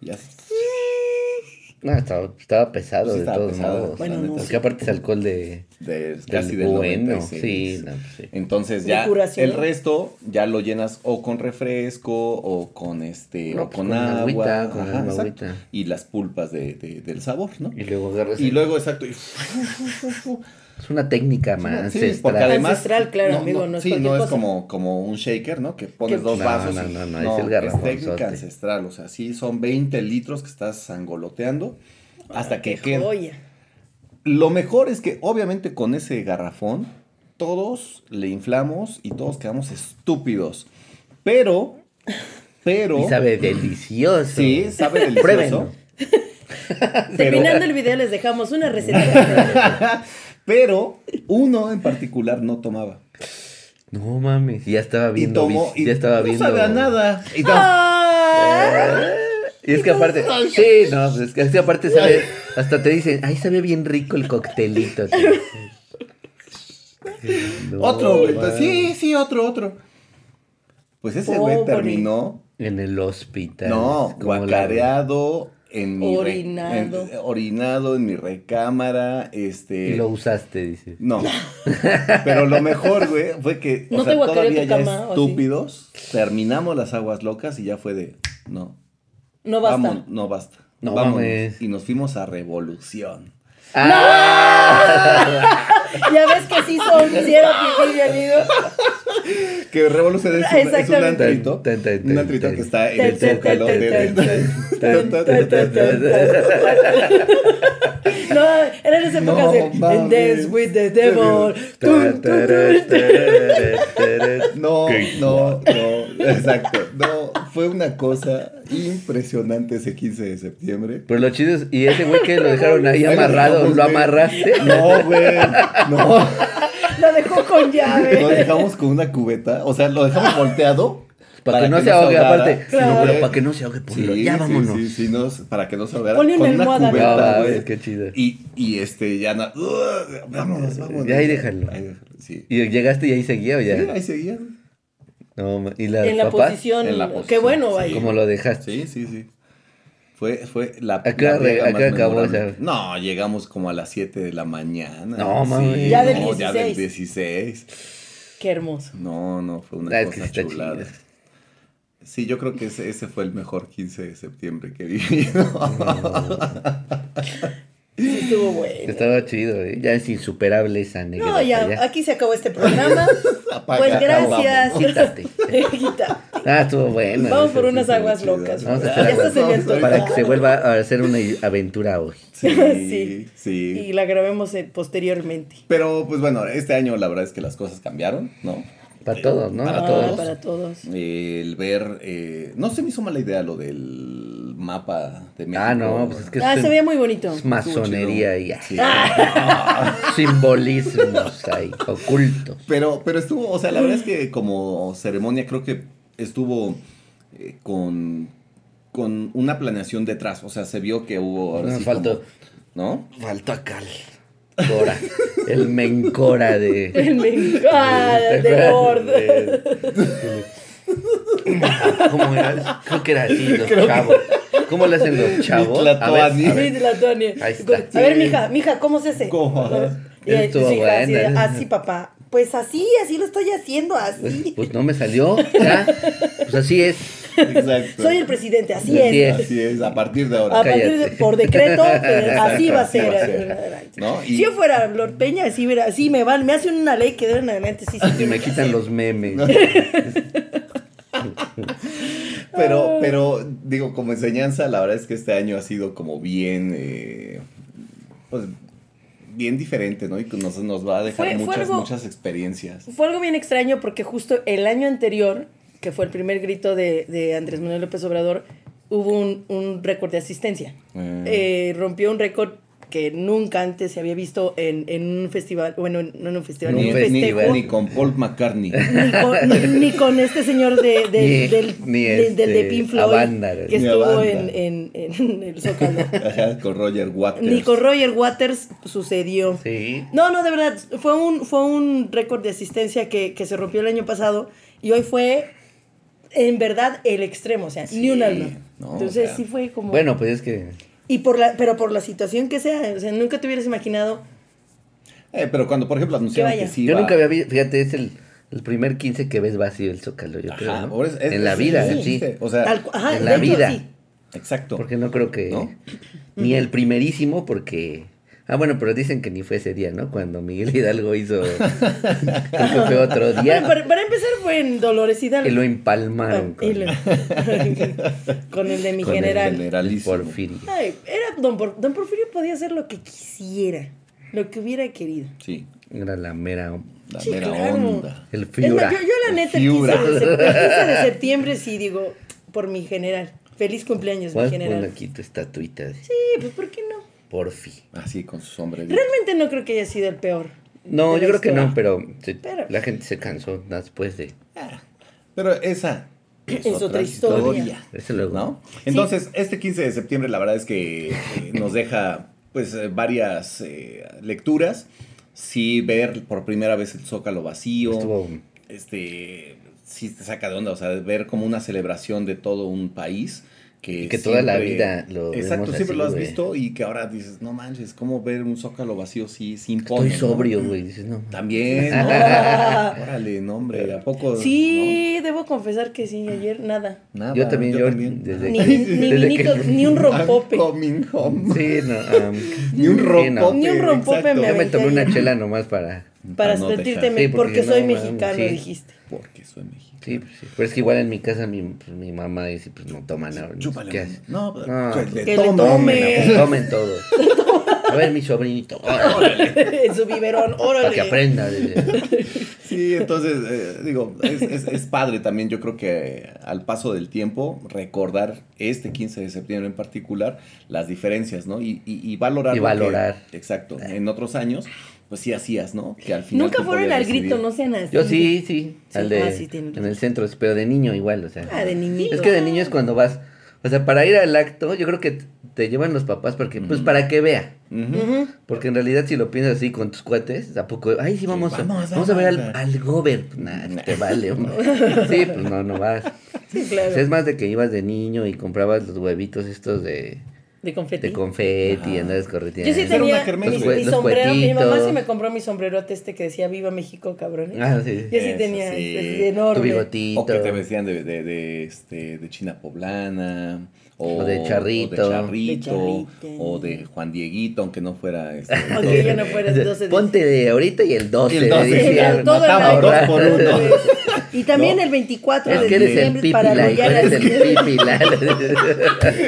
Speaker 1: Ya sé.
Speaker 2: No, estaba, estaba pesado
Speaker 1: Sí,
Speaker 2: de
Speaker 1: estaba
Speaker 2: todos
Speaker 1: pesado,
Speaker 2: modos.
Speaker 1: la
Speaker 3: Bueno, no,
Speaker 1: neta,
Speaker 2: Porque
Speaker 1: sí.
Speaker 2: aparte es alcohol de,
Speaker 1: Del-
Speaker 2: del
Speaker 1: casi del
Speaker 2: bueno.
Speaker 1: 96.
Speaker 2: Sí, no, pues sí.
Speaker 1: Entonces
Speaker 3: De
Speaker 1: ya
Speaker 3: curación.
Speaker 1: el resto ya lo llenas o con refresco o con este
Speaker 2: No,
Speaker 1: o
Speaker 2: pues,
Speaker 1: con,
Speaker 2: con
Speaker 1: agua
Speaker 2: agüita, con
Speaker 1: Ajá,
Speaker 2: agua,
Speaker 1: exacto.
Speaker 2: agüita.
Speaker 1: y las pulpas de, de- del sabor, ¿no?
Speaker 2: Y luego agarras.
Speaker 1: Y
Speaker 2: el-
Speaker 1: luego exacto y
Speaker 2: Es una técnica más
Speaker 1: Sí, porque
Speaker 2: ancestral.
Speaker 1: además
Speaker 3: Ancestral, claro, amigo, no es
Speaker 1: sí,
Speaker 3: cualquier
Speaker 1: no es
Speaker 3: cosa.
Speaker 1: como, como un shaker, ¿no? Que pones
Speaker 3: Que-
Speaker 1: dos
Speaker 2: No,
Speaker 1: vasos.
Speaker 2: no,
Speaker 1: y-
Speaker 2: no, no, es el garrafonzote.
Speaker 1: técnica ancestral, o sea, sí son 20 litros que estás angoloteando hasta que quede.
Speaker 3: Joya.
Speaker 1: Lo mejor es que obviamente con ese garrafón todos le inflamos y todos quedamos estúpidos. Pero pero
Speaker 2: Y sabe delicioso.
Speaker 1: sí, sabe delicioso.
Speaker 2: Pruébenlo.
Speaker 3: Terminando el video les dejamos una receta.
Speaker 1: Pero uno en particular no tomaba.
Speaker 2: No mames. Y ya estaba
Speaker 1: Y
Speaker 2: viendo.
Speaker 1: tomó
Speaker 2: vis-
Speaker 1: y
Speaker 2: ya estaba
Speaker 1: no
Speaker 2: viendo.
Speaker 1: sabe a nada. Y no.
Speaker 3: Ah,
Speaker 2: Y es que aparte, sí, no, pues es que es que aparte sabe, hasta te dicen, ay, sabe bien rico el coctelito. te dicen. No,
Speaker 1: Otro, güey. pues
Speaker 2: man.
Speaker 1: Sí, sí, otro, otro. Pues ese güey
Speaker 3: Pobre.
Speaker 1: terminó,
Speaker 2: En el hospital.
Speaker 1: no,
Speaker 2: como la-
Speaker 1: guacareado, en mi re-
Speaker 3: Orinado.
Speaker 1: en- orinado en mi recámara, este...
Speaker 2: Y lo usaste, dice.
Speaker 1: No. Pero lo mejor, güey, fue que
Speaker 3: ¿No
Speaker 1: o sea,
Speaker 3: te guacareó
Speaker 1: todavía
Speaker 3: tu
Speaker 1: ya
Speaker 3: cama, o sí?
Speaker 1: estúpidos, terminamos las aguas locas y ya fue de, no,
Speaker 3: No basta.
Speaker 1: vamos, no basta.
Speaker 2: No
Speaker 1: vámonos.
Speaker 2: mames.
Speaker 1: Y nos fuimos a Revolución.
Speaker 2: ¡Ah!
Speaker 3: Ya ves que sí son, si era pipí de anido.
Speaker 1: Que Revolución es, un- es un
Speaker 3: Exactamente.
Speaker 1: antrito.
Speaker 2: Tan, tan, tan,
Speaker 1: Un antrito
Speaker 2: tan.
Speaker 1: que está en
Speaker 3: Tan,
Speaker 1: el
Speaker 3: tan,
Speaker 1: zócalo.
Speaker 3: tan,
Speaker 1: de-
Speaker 3: tan,
Speaker 1: de-
Speaker 3: tan,
Speaker 1: tan,
Speaker 3: tan,
Speaker 1: tan, tan, tan.
Speaker 3: No, eran esas
Speaker 1: No,
Speaker 3: épocas de
Speaker 1: mames.
Speaker 3: And dance with the devil. Tun, tun, tun, tun.
Speaker 1: No,
Speaker 2: Qué
Speaker 1: no, no, exacto. No, fue una cosa impresionante ese 15 de septiembre.
Speaker 2: Pero lo chido es, y ese güey que lo dejaron ahí
Speaker 1: Ahí lo
Speaker 2: amarrado,
Speaker 1: dejamos,
Speaker 2: lo
Speaker 1: pues, güey.
Speaker 2: amarraste.
Speaker 1: No, güey, no.
Speaker 3: Lo dejó con
Speaker 1: Lo
Speaker 3: llave.
Speaker 1: dejamos con una cubeta, o sea, lo dejamos volteado.
Speaker 2: Para, que no se ahogue,
Speaker 1: ahogara.
Speaker 2: aparte.
Speaker 3: Claro.
Speaker 2: No, pero para que no se ahogue,
Speaker 1: Sí,
Speaker 2: ponlo. ya
Speaker 1: sí,
Speaker 2: vámonos.
Speaker 1: Sí, sí, no, para que no se ahogara.
Speaker 3: Ponle una
Speaker 1: con una
Speaker 3: almohada, güey.
Speaker 1: cubeta,
Speaker 2: No,
Speaker 1: güey.
Speaker 2: mames, qué chido.
Speaker 1: Y, y este, ya na- Ugh, vámonos, vámonos.
Speaker 2: Ya ahí déjalo.
Speaker 1: Ahí déjalo, Sí.
Speaker 2: Y llegaste y ahí seguía, o ya.
Speaker 1: Sí, ahí seguía.
Speaker 2: No, ma- y la
Speaker 3: En la
Speaker 2: papá,
Speaker 3: posición.
Speaker 1: En la
Speaker 3: Qué
Speaker 1: posición,
Speaker 3: bueno,
Speaker 1: sí.
Speaker 3: ahí.
Speaker 2: ¿Cómo lo dejaste?
Speaker 1: Sí, sí, sí. Fue, fue la.
Speaker 2: ¿A qué hora
Speaker 1: la
Speaker 2: re-
Speaker 1: peda
Speaker 2: a qué hora
Speaker 1: más
Speaker 2: acabó
Speaker 1: memorable.
Speaker 2: esa?
Speaker 1: No, llegamos como a las 7 de la mañana.
Speaker 2: No, mames.
Speaker 3: Ya del
Speaker 1: no, ya del
Speaker 3: 16.
Speaker 1: 16.
Speaker 3: Qué hermoso.
Speaker 1: No, no, fue una
Speaker 2: Ah, es que
Speaker 1: cosa
Speaker 2: sí está
Speaker 1: chulada.
Speaker 2: chido.
Speaker 1: Sí, yo creo que ese, ese fue el mejor 15 de septiembre que he vivido.
Speaker 3: Sí, estuvo bueno.
Speaker 2: Estaba chido, ¿eh? Ya es insuperable esa anécdota.
Speaker 3: No, ya, aquí se acabó este programa.
Speaker 1: Apaga,
Speaker 3: Pues
Speaker 1: acabamos.
Speaker 3: gracias.
Speaker 2: Quítate.
Speaker 3: Quita.
Speaker 2: Ah, estuvo bueno.
Speaker 3: Vamos
Speaker 2: Eso
Speaker 3: por
Speaker 2: sí
Speaker 3: unas
Speaker 2: estuvo
Speaker 3: aguas
Speaker 2: chido.
Speaker 3: locas.
Speaker 2: Vamos a
Speaker 3: Ya
Speaker 2: hacer
Speaker 3: está
Speaker 2: aguas
Speaker 1: se
Speaker 2: locas
Speaker 1: viento.
Speaker 2: para que se vuelva a hacer una aventura hoy.
Speaker 1: Sí,
Speaker 3: Sí.
Speaker 1: sí.
Speaker 3: Y la grabemos eh, posteriormente.
Speaker 1: Pero pues bueno, este año la verdad es que las cosas cambiaron, ¿no?
Speaker 2: Para todos, ¿no?
Speaker 1: Para
Speaker 2: A
Speaker 3: Ah,
Speaker 2: todos.
Speaker 3: Para todos.
Speaker 1: Eh, el ver, eh, no se me hizo mala idea lo del mapa de México.
Speaker 2: Ah, no, pues es que
Speaker 3: Ah,
Speaker 2: esto
Speaker 3: se veía muy bonito.
Speaker 2: es masonería y
Speaker 1: Sí.
Speaker 3: Ah.
Speaker 2: simbolismos ahí, ocultos.
Speaker 1: Pero, pero estuvo, o sea, la
Speaker 3: Mm.
Speaker 1: verdad es que como ceremonia creo que estuvo eh, con, con una planeación detrás. O sea, se vio que hubo... ahora
Speaker 2: No,
Speaker 1: sí
Speaker 2: faltó.
Speaker 1: como- ¿No?
Speaker 2: Faltó acá el Cora, el mencora de...
Speaker 3: El
Speaker 2: Este,
Speaker 3: mengala Ah, de gordo.
Speaker 2: ¿Cómo era? Creo que era así, los chavos. ¿Cómo le hacen los chavos?
Speaker 1: Tlatoani.
Speaker 2: a ver.
Speaker 3: Sí, la Tonia.
Speaker 2: Ahí está.
Speaker 3: A ver, mija, mija, ¿cómo se hace?
Speaker 1: ¿Cómo?
Speaker 3: Y ahí, su
Speaker 2: Estuvo
Speaker 3: hija así, de,
Speaker 2: buena.
Speaker 3: así, papá. Pues así, así lo estoy haciendo, así.
Speaker 2: Pues no me salió, ya. Pues así es.
Speaker 1: Exacto.
Speaker 3: Soy el presidente, así,
Speaker 2: Así
Speaker 3: es.
Speaker 2: es.
Speaker 1: Así es, a partir de
Speaker 3: A
Speaker 1: ahora.
Speaker 3: partir de,
Speaker 2: Cállate.
Speaker 3: por decreto, eh, así va a
Speaker 1: Así
Speaker 3: ser.
Speaker 1: va a ser.
Speaker 3: adelante.
Speaker 1: ¿No? Y-
Speaker 3: Si yo fuera Lord Peña, así, mira, así me van, me hacen una ley que de ahora en adelante sí se
Speaker 2: Y me
Speaker 3: tiene que
Speaker 2: quitan
Speaker 3: hacer.
Speaker 2: los memes.
Speaker 1: Pero, pero, digo, como enseñanza, la verdad es que este año ha sido como bien, eh, pues, bien diferente, ¿no? Y que nos, nos va a dejar
Speaker 3: Fue- fue
Speaker 1: muchas,
Speaker 3: algo-
Speaker 1: muchas experiencias.
Speaker 3: Fue algo bien extraño porque justo el año anterior, que fue el primer grito de, de Andrés Manuel López Obrador, hubo un, un récord de asistencia.
Speaker 1: Mm.
Speaker 3: Eh, rompió un récord que nunca antes se había visto en, en un festival, bueno, no en un festival,
Speaker 2: Ni
Speaker 3: en un
Speaker 2: fe- ni-
Speaker 3: festejo.
Speaker 1: Ni con Paul McCartney.
Speaker 3: Ni con, ni- ni con este señor de, de-
Speaker 2: Ni-
Speaker 3: del,
Speaker 2: ni
Speaker 3: de-
Speaker 2: este,
Speaker 3: del de Pink Floyd
Speaker 2: Avanda,
Speaker 3: que
Speaker 1: ni
Speaker 3: estuvo
Speaker 1: Avanda.
Speaker 3: en, en- en el Zócalo.
Speaker 1: Ajá, con Roger Waters.
Speaker 3: Ni con Roger Waters sucedió.
Speaker 2: Sí.
Speaker 3: No, no, de verdad, fue un, fue un récord de asistencia que, que se rompió el año pasado y hoy fue, en verdad, el extremo, o sea, ni un alma.
Speaker 1: no, o
Speaker 3: Entonces
Speaker 1: sea,
Speaker 3: sí fue como...
Speaker 2: Bueno, pues es que.
Speaker 3: Y por la, pero por la situación que sea, o sea, nunca te hubieras imaginado,
Speaker 1: Eh, pero cuando, por ejemplo, anunciaron que,
Speaker 3: vaya.
Speaker 1: sí
Speaker 2: yo
Speaker 1: iba-
Speaker 2: nunca había visto. Fíjate, es el, el primer 15 que ves vacío el zócalo, yo
Speaker 1: Ajá,
Speaker 2: creo. ¿no?
Speaker 1: ahora es- es-
Speaker 2: en la
Speaker 1: es-
Speaker 2: vida,
Speaker 1: es el
Speaker 2: sí.
Speaker 1: chiste, O sea,
Speaker 3: tal cu- ajá,
Speaker 2: en la
Speaker 3: de hecho,
Speaker 2: vida.
Speaker 3: sí.
Speaker 1: exacto.
Speaker 2: Porque no creo que.
Speaker 1: ¿No?
Speaker 2: Ni el primerísimo, porque. Ah, bueno, pero dicen que ni fue ese día, ¿no? Cuando Miguel Hidalgo hizo. Creo que fue otro
Speaker 3: Bueno,
Speaker 2: día.
Speaker 3: para, para empezar fue en Dolores Hidalgo.
Speaker 2: Que lo empalmaron.
Speaker 3: Ah, y lo- con el de mi
Speaker 1: Con el
Speaker 3: general.
Speaker 1: generalísimo.
Speaker 2: Porfirio.
Speaker 3: Ay, era don, Por- don Porfirio podía hacer lo que quisiera, lo que hubiera querido.
Speaker 1: Sí,
Speaker 2: Era la mera.
Speaker 1: la
Speaker 3: Sí,
Speaker 1: mera
Speaker 3: claro.
Speaker 1: onda.
Speaker 2: El
Speaker 3: Es
Speaker 2: Fiura.
Speaker 3: más, yo, yo la neta, el 15,
Speaker 1: Fiura.
Speaker 3: de septiembre, el 15 de septiembre sí digo, por mi general. Feliz cumpleaños, mi
Speaker 2: Voy a poner
Speaker 3: general.
Speaker 2: aquí tu estatuita de
Speaker 3: Sí, pues ¿por qué no?
Speaker 2: Porfi.
Speaker 1: Así con sus hombres.
Speaker 3: Realmente no creo que haya sido el peor.
Speaker 2: No,
Speaker 3: de
Speaker 2: yo
Speaker 3: la
Speaker 2: creo que
Speaker 3: historia.
Speaker 2: no, pero, se-
Speaker 3: Pero-
Speaker 2: la gente se cansó después de
Speaker 1: Pero esa es, otra, historia.
Speaker 3: historia.
Speaker 2: Desde luego.
Speaker 1: ¿no? Entonces, este 15 de septiembre la verdad es que eh, nos deja pues eh, varias eh, lecturas. Sí, ver por primera vez el Zócalo vacío.
Speaker 2: Estuvo-
Speaker 1: Este, sí te saca de onda, o sea, ver como una celebración de todo un país. que,
Speaker 2: Y que toda la
Speaker 1: siempre-
Speaker 2: vida lo
Speaker 1: Exacto,
Speaker 2: vemos
Speaker 1: siempre
Speaker 2: así,
Speaker 1: lo has
Speaker 2: güey.
Speaker 1: visto y que ahora dices, no manches, ¿cómo ver un zócalo vacío sí, sin
Speaker 2: Estoy
Speaker 1: podio, no?
Speaker 2: sobrio, güey. Dices, no.
Speaker 1: También, ¿no? Órale, no, hombre, ¿a poco?
Speaker 3: Sí, debo confesar que sí, ayer nada.
Speaker 1: no? Nada,
Speaker 2: Yo también, yo desde
Speaker 3: Ni,
Speaker 2: que-
Speaker 3: ni
Speaker 2: desde
Speaker 3: vinito,
Speaker 2: que- Ah,
Speaker 3: ni un
Speaker 1: I'm
Speaker 3: rompope.
Speaker 1: coming home.
Speaker 2: Sí, no. am,
Speaker 1: Ni un
Speaker 2: sí,
Speaker 1: rompope.
Speaker 2: no.
Speaker 3: Ni un rompope
Speaker 1: exacto.
Speaker 3: me
Speaker 2: Yo me
Speaker 3: aventé
Speaker 2: tomé una
Speaker 3: ayer.
Speaker 2: chela nomás para.
Speaker 3: Para
Speaker 1: no
Speaker 3: sentirte
Speaker 1: dejar.
Speaker 3: me-
Speaker 2: Sí, porque
Speaker 3: porque, soy
Speaker 2: no,
Speaker 3: mexicano,
Speaker 2: sí.
Speaker 3: dijiste.
Speaker 1: Porque soy mexicano.
Speaker 2: Sí, pues, sí. Pero es que igual en mi casa mi, pues, mi mamá dice, pues no toman nada.
Speaker 1: Chúpale.
Speaker 2: ¿Qué
Speaker 1: mano.
Speaker 2: haces?
Speaker 1: No, pues,
Speaker 2: No.
Speaker 1: le
Speaker 3: Que le
Speaker 1: tomen.
Speaker 3: tome.
Speaker 2: Pues, Tomen todo. A ver, mi sobrinito. órale,
Speaker 3: en su biberón,
Speaker 2: Para que
Speaker 3: órale.
Speaker 2: aprenda. dice.
Speaker 1: Sí, entonces, eh, digo, es, es- es padre también, yo creo que eh, al paso del tiempo, recordar este 15 de septiembre en particular, las diferencias, ¿no? Y, y- y valorar.
Speaker 2: Y
Speaker 1: lo que-
Speaker 2: valorar.
Speaker 1: exacto. En otros años, pues sí hacías, ¿no? Que al final.
Speaker 3: Nunca
Speaker 1: tú
Speaker 3: fueron
Speaker 1: podías
Speaker 3: al grito,
Speaker 1: decidir.
Speaker 3: no sean así.
Speaker 2: Yo sí, sí.
Speaker 3: Sí,
Speaker 2: al de-
Speaker 3: ah, sí, tienes
Speaker 2: en el centro, pero de niño igual, o sea.
Speaker 3: Ah, de niñito.
Speaker 2: Es que de niño es cuando vas. O sea, para ir al acto, yo creo que t- te llevan los papás porque,
Speaker 1: Mm.
Speaker 2: pues, para que vea.
Speaker 1: Ujú.
Speaker 3: Ujú.
Speaker 2: Porque en realidad, si lo piensas así con tus cuates, ¿a poco? Ay, sí, vamos, a,
Speaker 1: vamos,
Speaker 2: vamos, a ver
Speaker 1: vamos
Speaker 2: al,
Speaker 1: a-
Speaker 2: al gober. Pues, Nah,
Speaker 1: Nah.
Speaker 2: te vale, hombre. Sí, pues no, no vas.
Speaker 3: Sí,
Speaker 2: O sea,
Speaker 3: claro.
Speaker 2: Pues es más de que ibas de niño y comprabas los huevitos estos de,
Speaker 3: De confeti.
Speaker 2: de confeti y
Speaker 1: Ajá.
Speaker 2: andabas
Speaker 3: Yo
Speaker 2: correteando.
Speaker 3: sí
Speaker 1: Era te- una
Speaker 3: tenía
Speaker 1: kermés,
Speaker 3: mi,
Speaker 1: güey.
Speaker 3: mi
Speaker 2: Los
Speaker 3: sombrero. Mi
Speaker 2: cuetitos.
Speaker 3: mamá sí me compró mi sombrerote este que decía Viva México, cabrón. ¿eh?
Speaker 2: Ah, sí.
Speaker 3: Yo sí
Speaker 1: Eso
Speaker 3: tenía
Speaker 1: sí.
Speaker 3: este,
Speaker 2: Tu
Speaker 3: enorme.
Speaker 2: bigotito.
Speaker 1: O que te vestían de, de, de, este, de China Poblana. O,
Speaker 2: O de
Speaker 1: O
Speaker 2: charrito.
Speaker 1: de charrito.
Speaker 3: De charrito.
Speaker 1: O de Juan Dieguito, aunque no fuera. Este,
Speaker 3: Aunque ya no fuera el 12 de
Speaker 2: Ponte de ahorita y el 12,
Speaker 1: Y el 12,
Speaker 2: de
Speaker 1: sí,
Speaker 2: diciembre.
Speaker 1: todo el año.
Speaker 2: Ahorrar.
Speaker 1: Dos por uno.
Speaker 3: Pues, Y también el 24
Speaker 2: Es
Speaker 3: de
Speaker 2: que eres el
Speaker 3: diciembre para
Speaker 2: pipila, hijo,
Speaker 3: apoyar
Speaker 2: eres el
Speaker 3: al-
Speaker 2: pipila.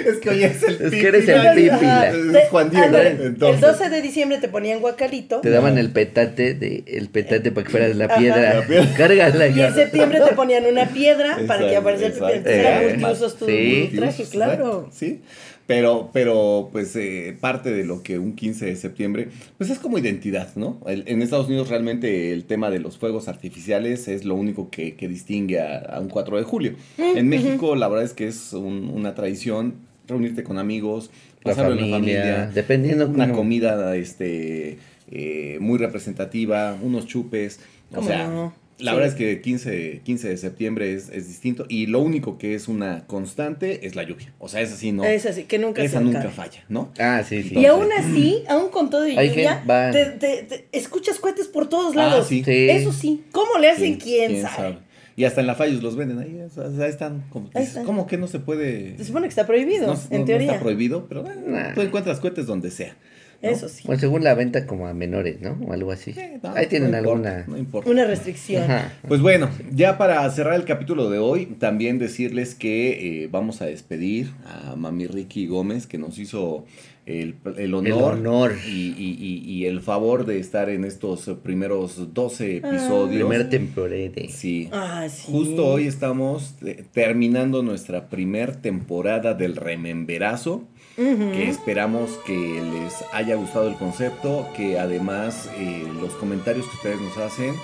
Speaker 1: es que hoy es el
Speaker 2: Es que eres el
Speaker 1: pipila.
Speaker 2: pipila.
Speaker 1: Es Juan Diego. ¿eh?
Speaker 3: Ándale,
Speaker 1: entonces.
Speaker 3: El 12 de diciembre te ponían guacalito.
Speaker 2: Te daban el petate, de, el petate para que fueras la
Speaker 3: Ajá.
Speaker 2: piedra.
Speaker 1: La piedra.
Speaker 2: Cárgala
Speaker 3: Y
Speaker 2: ya.
Speaker 3: en septiembre te ponían una piedra para que
Speaker 1: Exacto,
Speaker 3: apareciera
Speaker 1: exacto.
Speaker 3: el pipila. Entonces era
Speaker 2: Eh,
Speaker 3: multiusos tu
Speaker 2: sí.
Speaker 3: tu traje,
Speaker 1: Multiusos,
Speaker 3: claro.
Speaker 1: exacto, Sí, pero, pero pues eh, parte de lo que un 15 de septiembre, pues es como identidad, ¿no? El- en Estados Unidos realmente el tema de los fuegos artificiales es lo único que, que distingue a, a un 4 de julio.
Speaker 2: Mm,
Speaker 1: En México la verdad es que es un- una tradición reunirte con amigos,
Speaker 2: La
Speaker 1: pasarlo
Speaker 2: familia,
Speaker 1: en la familia,
Speaker 2: dependiendo
Speaker 1: una
Speaker 2: cómo-
Speaker 1: comida este, eh, muy representativa, unos chupes, o
Speaker 3: ¿Cómo
Speaker 1: sea...
Speaker 3: no?
Speaker 1: La
Speaker 3: Sí.
Speaker 1: verdad es que 15, 15 de septiembre es, es distinto y lo único que es una constante es la lluvia. O sea, esa sí no.
Speaker 3: Es así, que nunca
Speaker 1: esa
Speaker 3: se
Speaker 1: nunca
Speaker 3: acaba.
Speaker 1: falla, ¿no?
Speaker 2: Ah, sí, sí.
Speaker 3: Y aún así, aún con todo y
Speaker 2: Hay
Speaker 3: lluvia,
Speaker 2: gente- va.
Speaker 3: te, te- te- escuchas cohetes por todos
Speaker 1: Ah,
Speaker 3: lados.
Speaker 1: sí.
Speaker 2: Sí.
Speaker 3: Eso sí, ¿cómo le hacen?
Speaker 1: Sí,
Speaker 3: ¿Quién, sabe?
Speaker 1: Y hasta en la Fallos los venden ahí. o sea, ahí están. Como,
Speaker 3: Ahí
Speaker 1: dices,
Speaker 3: están.
Speaker 1: ¿Cómo que no se puede?
Speaker 3: Se supone que está prohibido,
Speaker 1: no-
Speaker 3: en
Speaker 1: no- no
Speaker 3: teoría.
Speaker 1: está prohibido, pero bueno,
Speaker 2: Nah.
Speaker 1: tú encuentras cohetes donde sea. ¿no?
Speaker 3: Eso sí.
Speaker 2: Bueno, según la venta como a menores, ¿no? O algo así.
Speaker 1: Eh, no,
Speaker 2: Ahí tienen
Speaker 1: no importa,
Speaker 2: alguna.
Speaker 1: No importa.
Speaker 3: Una restricción.
Speaker 2: Ajá.
Speaker 1: Pues bueno, ya para cerrar el capítulo de hoy, también decirles que eh, vamos a despedir a Mami Ricky Gómez, que nos hizo el, el honor,
Speaker 2: El honor.
Speaker 1: Y, y- y- y el favor de estar en estos primeros 12 episodios.
Speaker 2: Primer temporada.
Speaker 1: Sí.
Speaker 3: Ah, sí.
Speaker 1: Justo hoy estamos eh, terminando nuestra primer temporada del Rememberazo
Speaker 3: Ujú.
Speaker 1: que esperamos que les haya gustado el concepto, que además eh, los comentarios que ustedes nos hacen eh,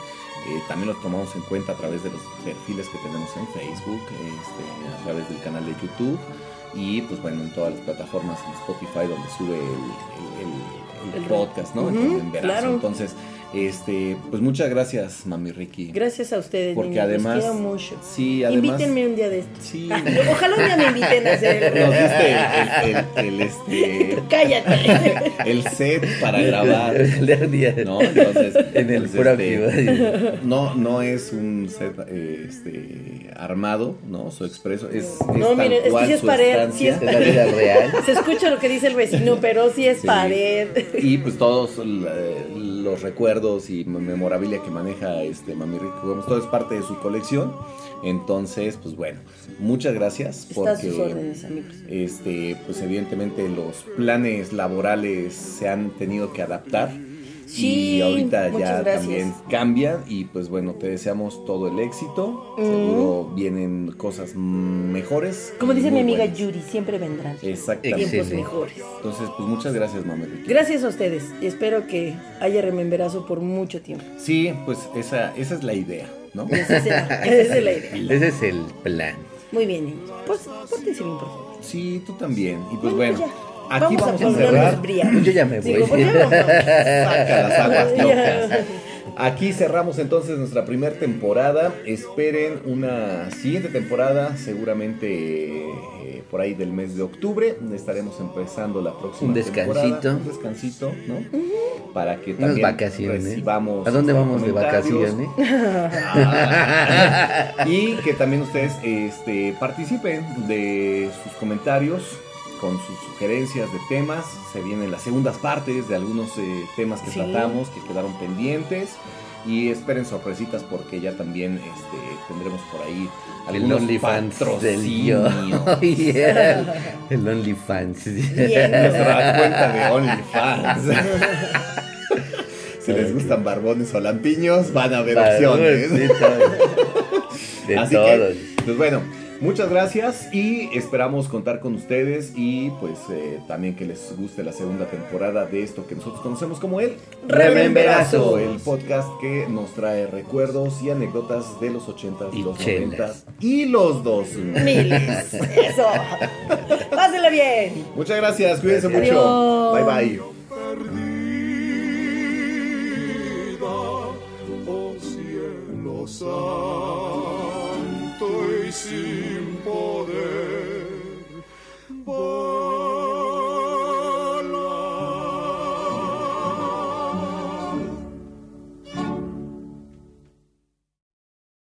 Speaker 1: también los tomamos en cuenta a través de los perfiles que tenemos en Facebook, este, a través del canal de YouTube y pues bueno, en todas las plataformas, en Spotify donde sube el, el- el- el
Speaker 3: El-
Speaker 1: podcast, ¿no?
Speaker 3: Ujú,
Speaker 1: En verano.
Speaker 3: claro.
Speaker 1: Entonces, este, pues muchas gracias, Mami Ricky.
Speaker 3: Gracias a ustedes,
Speaker 1: Porque
Speaker 3: niños, los
Speaker 1: además-
Speaker 3: quiero mucho.
Speaker 1: Sí, además...
Speaker 3: Invítenme un día de estos.
Speaker 1: Sí,
Speaker 3: Ah,
Speaker 1: nos
Speaker 3: yo- ojalá un día me inviten a hacer
Speaker 1: diste el- el- el- el, este,
Speaker 3: algo. Cállate.
Speaker 1: el set para grabar.
Speaker 2: El de un día.
Speaker 1: No, entonces.
Speaker 2: En el
Speaker 1: pues,
Speaker 2: pura
Speaker 1: este,
Speaker 2: actividad.
Speaker 1: No, no es un set eh, este, armado, ¿no? Su expreso. Es, es
Speaker 3: No,
Speaker 1: tal
Speaker 3: miren, es que
Speaker 1: cual
Speaker 3: sí es
Speaker 1: su
Speaker 3: pared,
Speaker 1: estancia.
Speaker 2: Es la vida real.
Speaker 3: Se escucha lo que dice el vecino, pero sí es
Speaker 1: Sí.
Speaker 3: pared.
Speaker 1: Y pues todos la- los recuerdos y memorabilia que maneja este Mami Rico Gómez, todo es parte de su colección. Entonces, pues bueno, muchas gracias.
Speaker 3: Está a
Speaker 1: Porque,
Speaker 3: sus órdenes, amigos.
Speaker 1: este, pues evidentemente los planes laborales se han tenido que adaptar.
Speaker 3: Sí,
Speaker 1: y ahorita ya
Speaker 3: muchas gracias.
Speaker 1: también cambian y pues bueno, te deseamos todo el éxito.
Speaker 3: Mm.
Speaker 1: Seguro vienen cosas mm, mejores.
Speaker 3: Como
Speaker 1: y
Speaker 3: dice mi
Speaker 1: muy
Speaker 3: amiga
Speaker 1: buenas.
Speaker 3: Yuri, siempre vendrán
Speaker 1: Exactamente.
Speaker 3: tiempos
Speaker 2: Excelente.
Speaker 3: mejores.
Speaker 1: Entonces, pues muchas gracias, Mami Rico.
Speaker 3: Gracias a ustedes y espero que haya rememberazo por mucho tiempo.
Speaker 1: Sí, pues esa, esa es la idea, ¿no?
Speaker 3: Esa será- esa es la idea.
Speaker 2: Ese es el plan.
Speaker 3: Muy bien, niños. Pues pórtense bien, por favor.
Speaker 1: Sí, tú también. Y pues bueno,
Speaker 3: Bueno, ya.
Speaker 1: aquí
Speaker 3: Vamos a
Speaker 1: vamos, a,
Speaker 3: ponernos
Speaker 1: cerrar.
Speaker 3: brillantes.
Speaker 2: Yo ya me voy.
Speaker 3: Digo, ¿por qué no?
Speaker 1: Saca las aguas locas. Aquí cerramos entonces nuestra primera temporada. Esperen una siguiente temporada, seguramente eh, por ahí del mes de octubre. Estaremos empezando la próxima
Speaker 2: Un descansito.
Speaker 1: temporada. Un descansito, ¿no? Para que
Speaker 2: Unas
Speaker 1: también
Speaker 2: vacaciones.
Speaker 1: recibamos
Speaker 2: ¿A dónde
Speaker 1: sus
Speaker 2: vamos de
Speaker 1: comentarios.
Speaker 2: vacaciones?
Speaker 1: Ah, y que también ustedes este, participen de sus comentarios con sus sugerencias de temas. Se vienen las segundas partes de algunos eh, temas que
Speaker 3: Sí.
Speaker 1: tratamos que quedaron pendientes. Y esperen sorpresitas porque ya también este, tendremos por ahí
Speaker 2: El
Speaker 1: algunos
Speaker 2: OnlyFans del yo.
Speaker 1: patrocinios.
Speaker 2: Yeah. El OnlyFans.
Speaker 1: Nuestra cuenta de OnlyFans. si les gustan barbones o lampiños, van a ver opciones.
Speaker 2: De todo. De
Speaker 1: Así
Speaker 2: todo.
Speaker 1: que, pues bueno, muchas gracias y esperamos contar con ustedes y pues eh, también que les guste la segunda temporada de esto que nosotros conocemos como el
Speaker 2: Rememberazos.
Speaker 1: Rememberazo, el podcast que nos trae recuerdos y anécdotas de los 80s,
Speaker 2: Y
Speaker 1: los
Speaker 2: chelas.
Speaker 1: 90s y los 2000.
Speaker 3: Miles. Eso. Pásenla bien.
Speaker 1: Muchas gracias, cuídense
Speaker 2: Gracias.
Speaker 1: mucho.
Speaker 3: Adiós.
Speaker 1: Bye bye.
Speaker 4: perdida, oh cielo santo y sin